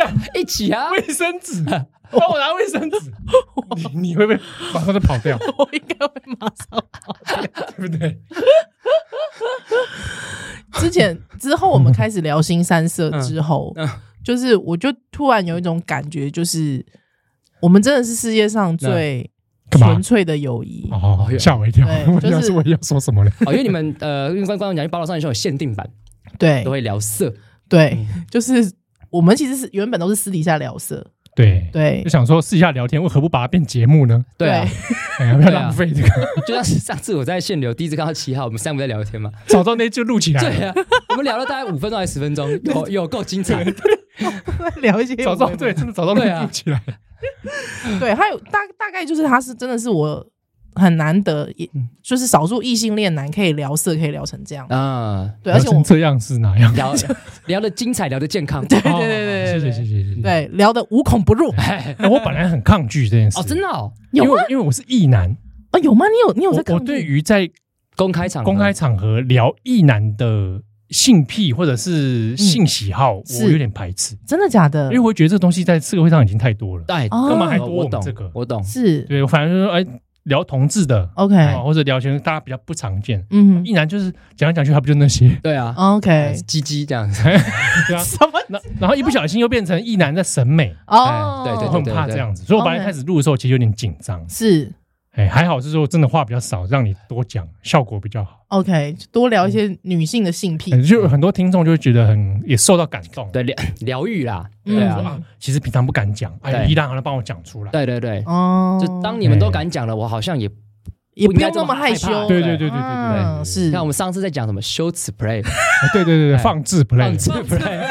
C: 兰，
A: 一起 啊，
C: 卫 生纸，帮我拿卫生纸。”你你会不会马上就跑 掉？
B: 我应该会马上。
C: 对不对？
B: 之前之后，我们开始聊新三色之 后，
A: 嗯
B: 就是我就突然有一种感觉，就是我们真的是世界上最
C: 干嘛
B: 纯粹的友谊。
C: 哦，吓我一跳！
B: 对
C: 我
B: 就是
C: 要是我也要说什么了？
A: 哦，因为你们呃，因为观观众讲，因为宝岛少年秀有限定版，
B: 对
A: 都会聊色，
B: 对，
C: 嗯
B: 就是我们其实是原本都是私底下聊色，
C: 对，
B: 对
C: 就想说试一下聊天，为何不把它变节目呢？
A: 对啊，
C: 哎呀，不要
A: 对啊
C: 浪费这个，
A: 就像是上次我在限流第一次看到七号，我们三个在聊天嘛，
C: 早知道那就录起来了。
A: 对啊，我们聊了大概五分钟还是十分钟，有有够精彩，
B: 聊一些
C: 早知道对，真的早知道
A: 对啊
C: 录起来。
B: 对，还有大大概就是他是真的是我很难
C: 嗯
B: 得，也就是少数异性恋男可以聊色可以聊成这样，
A: 啊，
B: 对，而且
C: 聊
B: 我
C: 成这样是哪样？
A: 聊聊的精彩，聊的健康，
B: 对对
C: 哦
B: 对对对
C: 谢谢谢
B: 对
C: 谢谢谢。
B: 对聊的无孔不入
A: 哎
C: 哎，我本来很抗拒这件事，
A: 哦，真的哦，
C: 因为我因为我是异男，
B: 啊？有吗？你有你有
C: 我
B: 啊在
C: 我
B: 抗
C: 对
B: 拒？
C: 于在
A: 公开场合
C: 公开场合聊异男的性癖或者
A: 嗯
C: 是性喜好，
B: 是
C: 我有点排斥，
B: 真的假的
C: 因为？我觉得这东西在社会上已经太多了。
A: 哎，干
B: 哦干
A: 嘛
B: 嘛
A: 还
C: 还
A: 多
C: 多
A: 我
C: 我
A: 懂
C: 们这个
A: 我懂，
B: 是
C: 对，我反正就是哎，聊同志的
B: OK，
A: 哎
C: 哦或者聊些大家比较不常见，
B: 嗯
C: 异男就是讲来讲去，他不就那些？
A: 对
B: 哦
A: 啊，
B: ，OK，
A: 鸡鸡这样子，
C: 对啊，
B: 什么？
C: 那然后一不小心又变成异男的审美，
B: 哦，
A: 哎对对哦
C: 我很怕这样子，所以我本来
B: OK
C: 开始录的时候其实有点紧张，
B: 是
C: 哎，还好是说真的话比较少，让你多讲，效果比较好。
B: OK，多聊一些女性的性癖
A: 嗯
C: 哎，就有很多听众就会觉得很也受到感动，
A: 对疗疗愈啦，
B: 嗯
A: 对
C: 说
A: 啊，
C: 啊，其实平常不敢讲，哎，
A: 对
C: 依然好像帮我讲出来。
A: 对对对，
B: 哦，
A: 就当你们都敢讲了，我好像也
B: 也
A: 不
B: 不
A: 应该
B: 用那么害羞
A: 这么害，怕
C: 对对对对对对
B: 嗯，是
A: 你看我们上次在讲什么羞耻 play，
C: 哎 对对对对，
A: 哎
C: 放置
A: 放
C: play，
A: 置 play。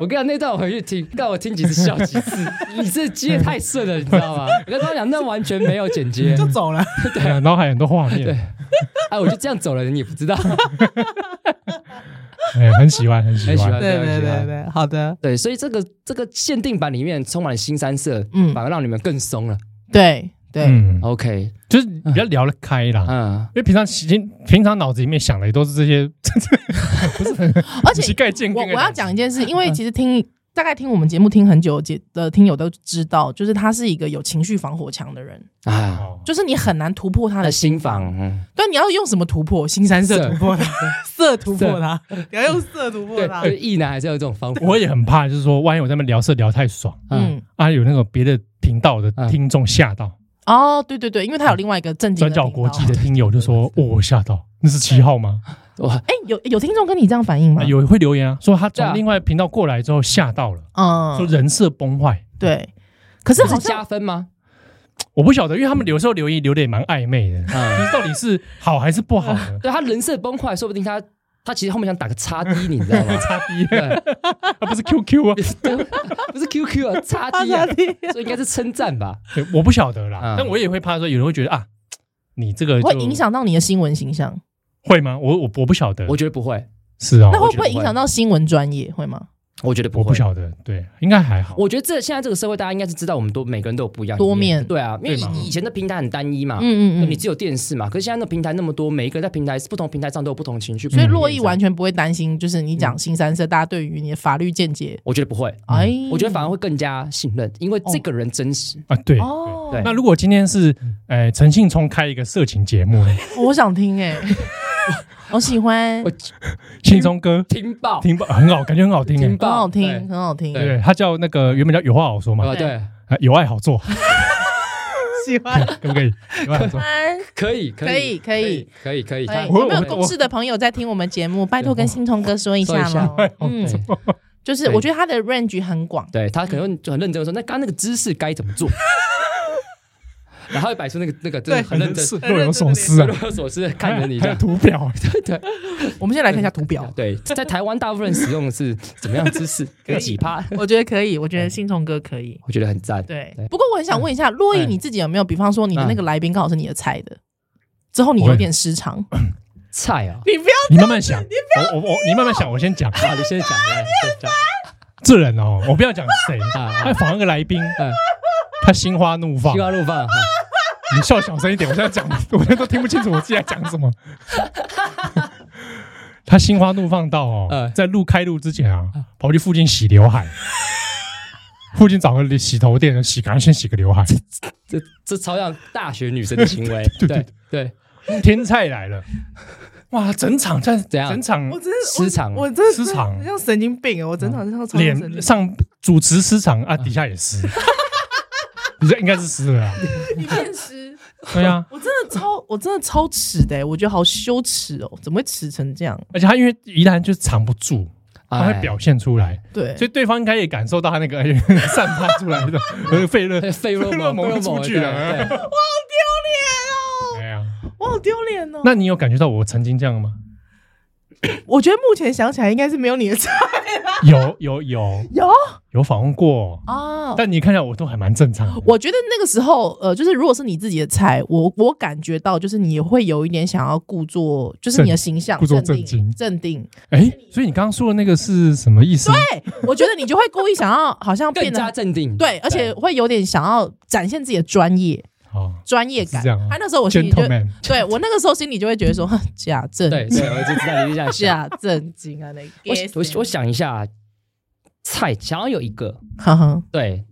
A: 我跟你讲，那段我回去听，让我听几次笑几 次。你这接得太顺了，你知道吗？我跟他们讲，那完全没有剪接。
B: 就走了。
C: 对啊，然后还有很多画面
A: 对，哎，我就这样走了，你也不 知道。
C: 哎，很喜欢，很喜
A: 很喜
C: 欢
A: 欢。
B: 对对
A: 对啊
B: 对对，好的，
A: 对，所以这个这个限定版里面充满了新三色，
B: 嗯
A: 反而让你们更松了。
B: 对对，
C: 嗯，
A: OK，
C: 就是比较聊得开啦。
A: 嗯，
C: 因为平常时间，平常脑子里面想的也都是这些，
B: 而
C: 膝
B: 且
C: 盖健
B: 我
C: 康。
B: 我要讲嗯一件事，因为其实听大概听我们节目听很久节的听友都知道，就是他是一个有情绪防火墙的人，
A: 啊，
C: 哦，
B: 就是你很难突破他
A: 他
B: 的
A: 的。新房，嗯
B: 对，你要用什么突破？新三色突破他， 色突破他，你要用色突破
A: 对，
B: 他
A: 就。是意男还是有这种方法。
C: 我也很怕，就是说，万一我在那边聊色聊太爽
A: 嗯，
B: 嗯，
C: 啊，有那个别的频道的
A: 嗯
C: 听众吓到，
B: 哦，对对对，因为他有另外一个正经
C: 转
B: 的
C: 角
B: 频
C: 国
B: 道。
C: 际的听友就说，哦，我吓到，那是七号吗？
A: 哇，
B: 哎，有有听众跟你这样反应吗
C: 啊？有会留言啊，说他
A: 对啊
C: 从另外频道过来之后吓到了，
B: 嗯，
C: 说人设崩坏。
B: 对。可是
A: 这
B: 好
A: 是
B: 像
A: 加分吗？
C: 我不晓得，因为他们有时候留言留的也蛮暧昧的，
A: 嗯
C: 就是到底是好还是不好呢？
A: 对他人设崩坏，说不定他他其实后面想打个叉 D，你知道吗？
C: 叉 D，
A: 对，
C: 啊不是 QQ 啊，
A: 不是 QQ 啊，叉 D 啊，所以应该是称赞吧？
C: 对我不晓得啦
A: 嗯，
C: 但我也会怕说有人会觉得啊，你这个就
B: 会影响到你的新闻形象。
C: 会吗？我我我不晓得，
A: 我觉得不会，
C: 是哦
B: 那，
A: 我
B: 会不
A: 觉得
B: 会影响到新闻专业？会吗？
A: 我觉得不
C: 我
A: 会
C: 不。晓得，对，应该还好。
A: 我觉得这现在这个社会，大家应该是知道，我们都每个人都有不一样的
B: 多
A: 一面
B: 面
A: 对啊，因为
C: 对嘛
A: 以以前的平台很单一嘛，
B: 嗯
A: 啊那
B: 嗯
A: 你
B: 嗯。
A: 只有电视嘛。可是现在的平台那么多，每一个在平台不同平台上都有不同情绪。嗯
B: 所以
A: 不同
B: 洛
A: 意
B: 毅
A: 见
B: 完全不会担心，就是你讲新三社，大家对于你的法律见解，
A: 我觉得不会，
B: 哎，
A: 我觉得反而会更加信任，因为这个人真实。
C: 啊，对。
B: 哦，
A: 对
C: 那如果今天是，
A: 嗯
C: 呃，陈信聪开一个色情 节目，
B: 我想听哎，我喜欢，
A: 我
C: 信聪哥
A: 听报，
C: 听吧，很好，感觉很好听
A: 听
B: 哦
C: 诶。
B: 很
A: 报，
B: 好
A: 对
B: 听，很好听，
C: 对，他叫那个原本叫有话好说嘛
A: 啊，，对，
C: 啊有爱 好做，
B: 喜欢，
C: 可不可以？有爱好做
B: 喜，欢。
A: 可以，可以，
B: 可以，
A: 可以，可以。
B: 对，
A: 他
B: 有
C: 我
B: 没有
C: 我
B: 共事的朋友在听我们节目？拜托跟信聪哥说一下
A: 说一哦
B: 喽。嗯，就是
A: 对
B: 我觉得他的 range 很广，
A: 对他可能就很认真的说，那刚刚那个姿势该怎么做？ 然后会摆出那个那个真的 很认真，
C: 是若有所思啊
A: 若，有所思地看着你这
C: 还有
A: 样。
C: 图表，
B: 我们先来看一下图表。
A: 对，在台湾大部分人使用的是怎么样姿 势？有几趴？
B: 我觉得可以，我觉得信聪哥可以。
A: 我觉得很赞。
B: 对
A: 对，
B: 不过我很想问一下，洛毅你自己有没有？比方说你的那个来宾刚好是你的菜的，之后你有点失常，
A: 菜啊，
B: 你不要
C: 你慢慢想，我我我你慢慢想，我先讲。
A: 好，你先讲，来先讲。
C: 这人哦，我不要讲 谁，
A: 啊
C: 他
A: 啊，
C: 访一个来宾，
A: 嗯
C: 他心花怒放
A: 西。瓜路放，哈
C: 你笑小声一点，我现在讲， 我现在都听不清楚我自己在讲什么。 他心花怒放到哦
A: 嗯，
C: 在录开录之前啊，跑去附近洗刘 海，附近找个洗头店洗，赶快先洗个刘海。
A: 这这超像大学女生的行为。对对，
C: 天菜来了， 哇，整场在
A: 怎样
C: 整场
D: 我真的
A: 失常
D: 我我真的
C: 失常
D: 像神经病啊！我整场像超像神经
C: 脸上主持失常啊，底下也 湿，你这应该是湿了啊。
D: 你变湿，
C: 对啊，
D: 我真的超
B: 我真的超耻的欸，我觉得好羞耻哦，怎么会耻成这样？
C: 而且他因为宜兰就是藏不住，
A: 哎
C: 他会表现出来，
B: 对，
C: 所以对方应该也感受到他那个 散发出来的那个费热。
A: 哎费洛
C: 费洛
A: 蒙
C: 蒙出去了
A: 对对
C: 哎呀，
D: 我好丢脸哦！
C: 那你有感觉到我曾经这样吗？
D: 我觉得目前想起来应该是没有你的差，
C: 有有有
D: 有
C: 有访问过，
B: 啊，
C: 但你看一下我都还蛮正常的。
B: 我觉得那个时候，呃，就是如果是你自己的菜，我我感觉到就是你会有一点想要故作，就是你的形象
C: 故作
B: 镇
C: 正经
B: 定，镇定。
C: 哎，所以你刚刚说的那个是什么意思？
B: 对，我觉得你就会故意想要好像变
A: 更加
B: 得
A: 镇定。
B: 对，而且会有点想要展现自己的专业
C: 哦
B: 专业感。
C: 是这样啊
B: 啊，那时候我心里就
C: ，gentleman，
B: 对我那个时候心里就会觉得说哼假正
A: 对对，我就知道你是这样想。
B: 假正经啊，那个
A: 我我我想一下，菜想要有一个
B: 哈哈
A: 对，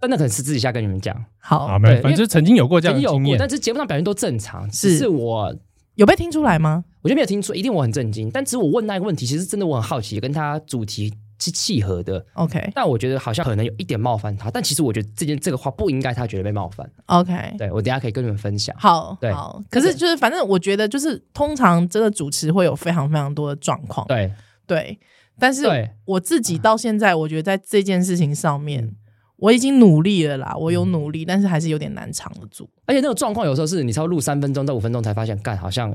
A: 但那可能是私底下跟你们讲，
B: 好
C: 啊，没有，
A: 对
C: 反正就是曾经有过这样
A: 曾经
C: 的
A: 有
C: 经
A: 过，
C: 验
A: 但。是节目上表现都正常，只
B: 是
A: 是我
B: 有被听出来吗？
A: 我就没有听出，一定我很震惊。但只是我问那个问题，其实真的我很好奇，跟他主题是契合的。
B: OK
A: 但我觉得好像可能有一点冒犯他，但其实我觉得这件这个话不应该他觉得被冒犯。
B: OK，
A: 对我等一下可以跟你们分享。
B: 嗯好
A: 对
B: 好。可是就是反正我觉得就是通常真的主持会有非常非常多的状况，
A: 对
B: 对。但是
A: 对
B: 我自己到现在，我觉得在这件事情上面
A: 嗯，
B: 我已经努力了啦，我有努力，但是还是有点难藏得住。
A: 而且那个状况有时候是你超录三分钟到五分钟才发现，干好像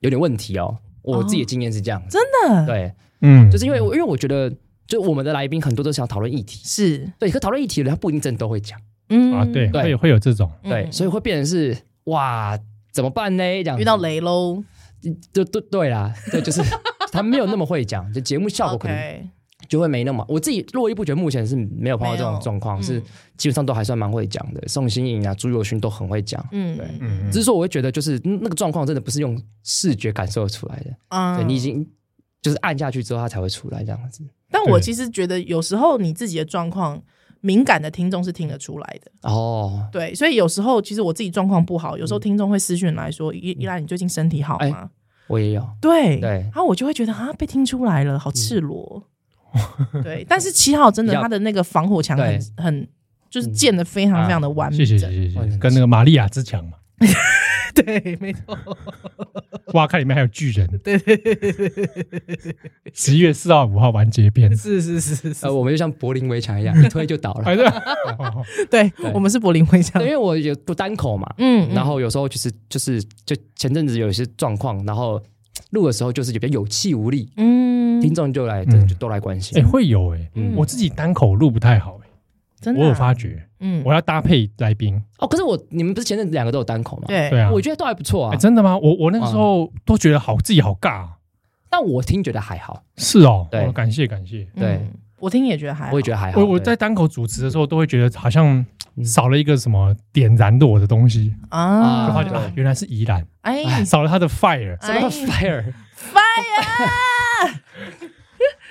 A: 有点问题哦。我自己的经验是这样，
B: 哦真的
A: 对，
C: 嗯，
A: 就是因为我因为我觉得，就我们的来宾很多都想讨论议题，
B: 是，
A: 对，可讨论议题的人他不一定真的都会讲，
B: 嗯
C: 啊，对，
A: 对
C: 会有会有这种，
A: 对，所以会变成是哇怎么办呢？这样
B: 以
A: 子
B: 遇到雷喽。
A: 就对对啦，对， 就是他没有那么会讲，就节目效果可能
B: OK，
A: 就会没那么。我自己络绎不绝，目前是没有碰到这
B: 没
A: 种
B: 有
A: 状况，
B: 嗯
A: 是基本上都还算蛮会讲的。宋新颖啊、朱友勋都很会讲，
B: 嗯
A: 对
C: 嗯，
A: 只是说我会觉得就是嗯那个状况真的不是用视觉感受出来的，
B: 啊
A: 对你已经就是按下去之后它才会出来这样子。
B: 但我
C: 对
B: 其实觉得有时候你自己的状况，敏感的听众是听得出来的。
A: 哦，
B: 对，所以有时候其实我自己状况不好，有时候听众会私讯来说：“依依兰，你最近身体好
A: 嗯哎
B: 吗
A: 我也有，？”
B: 对
A: 对
B: 然后我就会觉得啊，被听出来了，好赤裸。 对，但是七号真
A: 嗯
B: 的
A: 比较嗯
B: 他的那个防火墙很很就是建的非
A: 啊
B: 常非常的完
C: 谢
B: 整。
C: 谢谢谢
A: 完
C: 谢谢，
A: 整
C: 跟那个玛利亚之墙嘛，
D: 对， 没错，
C: 哇，看里面还有巨人，对，十一月四号五号完结篇，
D: 是是是是，
A: 呃，我们就像柏林围墙一样，一推就倒了。
C: 哎对，
D: 对
A: 对
D: 我们是柏林会
A: 对
D: 讲
A: 因，为我有不单口嘛，
B: 嗯，嗯
A: 然后有时候就是就是就前阵子有一些状况，然后录的时候就是比较有气无力，
B: 嗯，
A: 听众就来真的就都来关
C: 哎、
A: 心。
C: 会有哎、
A: 嗯
C: 我自己单口录不太好、欸，
B: 真的啊、
C: 我有发觉，
B: 嗯，
C: 我要搭配来宾。
A: 哦，可是我你们不是前阵子两个都有单口吗？，
B: 对
C: 对啊，
A: 我觉得都还不错啊，
C: 哎真的吗？我我那个时候都觉得好自己好尬啊、
A: 但我听觉得还好，
C: 是哦，
A: 对
C: 哦感谢感谢。
B: 嗯
A: 对
B: 我听也觉得还好，
A: 我也觉得还好。
C: 我我
A: 对
C: 在单口主持的时候，都会觉得好像
A: 嗯
C: 少了一个什么点燃的我的东西，
A: 啊
C: 就发
B: 啊
C: 现
A: 对
C: 啊，原来是宜兰，
B: 哎
A: 哎啊
C: 少了他的 fire，
A: 什么叫
B: 哎
A: fire？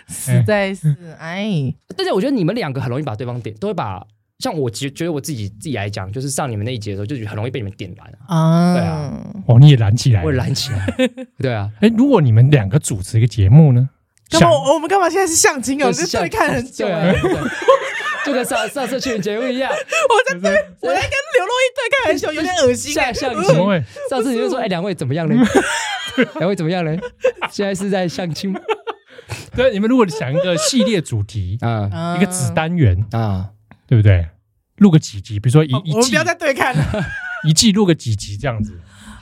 B: 实在是哎，
A: 但是我觉得你们两个很容易把对方点，都会把像我觉觉得我自己自己来讲，就是上你们那一节的时候，就是很容易被你们点燃啊，
B: 啊，
A: 对啊，
C: 哦，你也燃起来
A: 会
C: 了。
A: 燃起 来。对啊，
C: 哎，如果你们两个主持一个节目呢？
D: 干嘛
C: 想
D: 我我们干嘛现在是相亲啊？我
A: 就
D: 就是对看很久
A: 对
D: 了，
A: 啊，对啊就跟上上次去年节目一样，
D: 我在对我在跟刘若英对看很久，有点恶心
A: 下
B: 欸
D: 哎。
A: 下
C: 怎么
A: 期
C: 会？
A: 上次你就说，哎，两位怎么样呢？两位怎么样呢？现在是在相亲吗，
C: 对，你们如果想一个系列主题
A: 啊
B: 啊
C: 一个子，单元，
A: 啊，
C: 对不对？录个几集，比如说一
B: 哦
D: 好
C: 一
D: 我们
C: 季
D: 不要再对看了，
C: 一季录个几集这样子，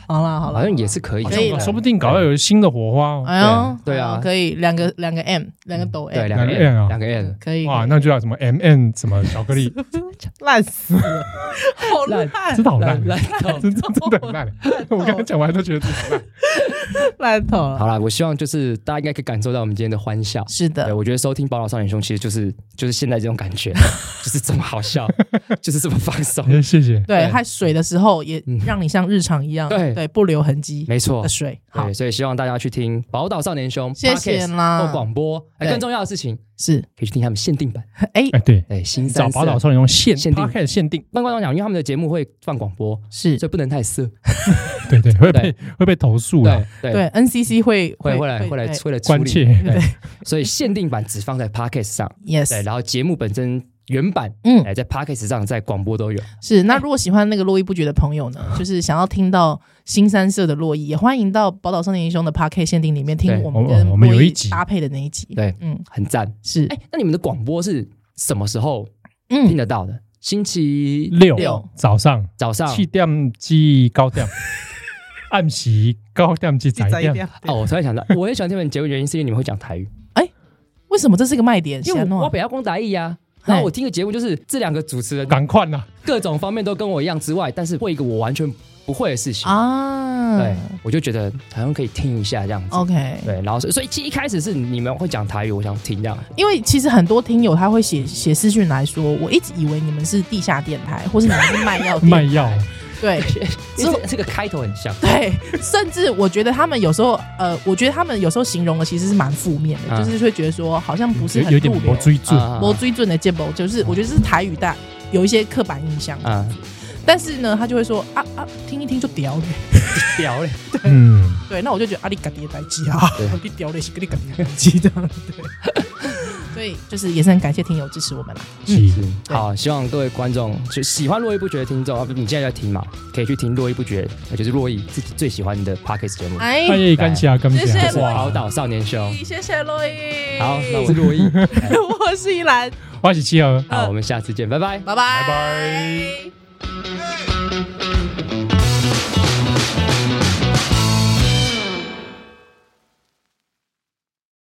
B: 好了好 了，
A: 好像也是可以的，啊
B: 可以
C: 哦
B: 了
C: 说不定搞到有新的火花哦。
B: 哎呦，
A: 对啊嗯
B: 好可以两个两个 M，两个抖 M，
A: 对两个
C: 两个 N 啊
A: N 两个 N，
B: 可以
C: 哇，那就要什么 M N 什么巧克力，
D: 烂死了， 好
A: 烂
D: 烂
C: 真的好烂
A: 烂，烂透。
C: 真真真的很烂。我刚刚讲完都觉得自己很烂。
D: 烂头了。
A: 好啦，我希望就是大家应该可以感受到我们今天的欢笑。
B: 是
A: 对，
B: 的，
A: 我觉得收听《宝岛少年兄》其实就是就是现在这种感觉，啊 就是这么好笑， 就是这么放松。
C: 哎谢谢。
B: 对，
A: 对
B: 它水的时候也
A: 嗯
B: 让你像日常一样，
A: 对
B: 对，不留痕迹
A: 没错
B: 的，水，好
A: 对，所以希望大家去听《宝岛少年兄》
B: 谢谢
A: podcast
B: 啦
A: 或广播。哎，
B: 对
A: 更重要的事情
B: 是，
A: 可以去听他们限定版，
B: 哎
C: 哎，对，
A: 哎，新
C: 找
A: 三色
C: 宝岛。少年用限
A: 限定
C: podcast 限定，
A: 办观众讲，因为他们的节目会放广播，
B: 是
A: 所以不能太色。
C: 对对，会被会被投诉
A: 对
C: 的，
A: 对，
B: 对，NCC 会
A: 会会来会来
B: 对
A: 会来处
C: 啊关
A: 理。
C: 切。
B: 对
A: 所以限定版只放在 podcast 上，对，
B: ，yes，
A: 然后节目本身原版，
B: 嗯，
A: 哎，在 podcast 上，在广播都有。
B: 是。那如果喜欢那个络绎不绝的朋友呢，就是想要听到新三社的络绎，也欢迎到宝岛少年英雄的 Park 限定里面听
A: 对
B: 我们
C: 我
B: 跟
C: 我们有
B: 络
C: 一
B: 绎
C: 集
B: 搭配的那一集，
A: 对，
B: 嗯，
A: 很赞。
B: 是，
A: 哎，那你们的广播是什么时候听
B: 嗯，
A: 得到的？星期
C: 六
B: 六
C: 早上
A: 早上
C: 七点至九点，暗时九点至
D: 自
C: 十
D: 己找一
C: 点。
D: 遍
A: 哦，我突然想到， 我很喜欢听你们节目，原因是因为你们会讲台 语，
B: 为什么这是个卖点？
A: 因为
B: 喜
A: 我
B: 欢
A: 我
B: 哦
A: 北要光台语啊。然后我听个节目，就是这两个主持人
C: 赶快呐！
A: 各种方面都跟我一样之外，但是会一个我完全不会的事情，
B: 啊，
A: 对，我就觉得好像可以听一下这样子。
B: ，OK，
A: 对，然后所以所以其实一开始是你们会讲台语，我想听这样。
B: 因为其实很多听友他会写写私讯来说，我一直以为你们是地下电台，或是你们是卖药电台
C: 卖药，
B: 对
A: 因为这这个开头很像，
B: 对，甚至我觉得他们有时候，呃，我觉得他们有时候形容的其实是蛮负面的，
A: 啊
B: 就是会觉得说好像不是
C: 有
B: 很
C: 有
B: 入
C: 点
B: 流
C: 不，追准。
A: 啊
B: 我追准的见不，就是我觉得这是台语大有一些刻板印象，
A: 啊，
B: 但是呢，他就会说啊啊，听一听就屌嘞，
A: 屌嘞！
C: 嗯，
B: 对，那我就觉得啊，你嘎爹白鸡啊
A: 对，
B: 你屌嘞是跟你嘎爹白鸡的，对，所以就是也是很感谢听友支持我们啦，
C: 是
B: 对
A: 好，希望各位观众就喜欢络绎不绝的听众，啊，不你现在在听嘛，可以去听络绎不绝，呃就是络绎自己最喜欢的 podcast 节目，
B: 哎
C: 半夜感谢啊，感
B: 谢
C: 谢
B: 谢
C: 啊
A: 就是《宝岛少年兄》。
B: 谢谢洛伊，
A: 哎好，那我是洛 伊，哎
B: 我是依兰，
C: 我是七儿。
A: 好，我们下次见，拜拜。
B: 拜拜。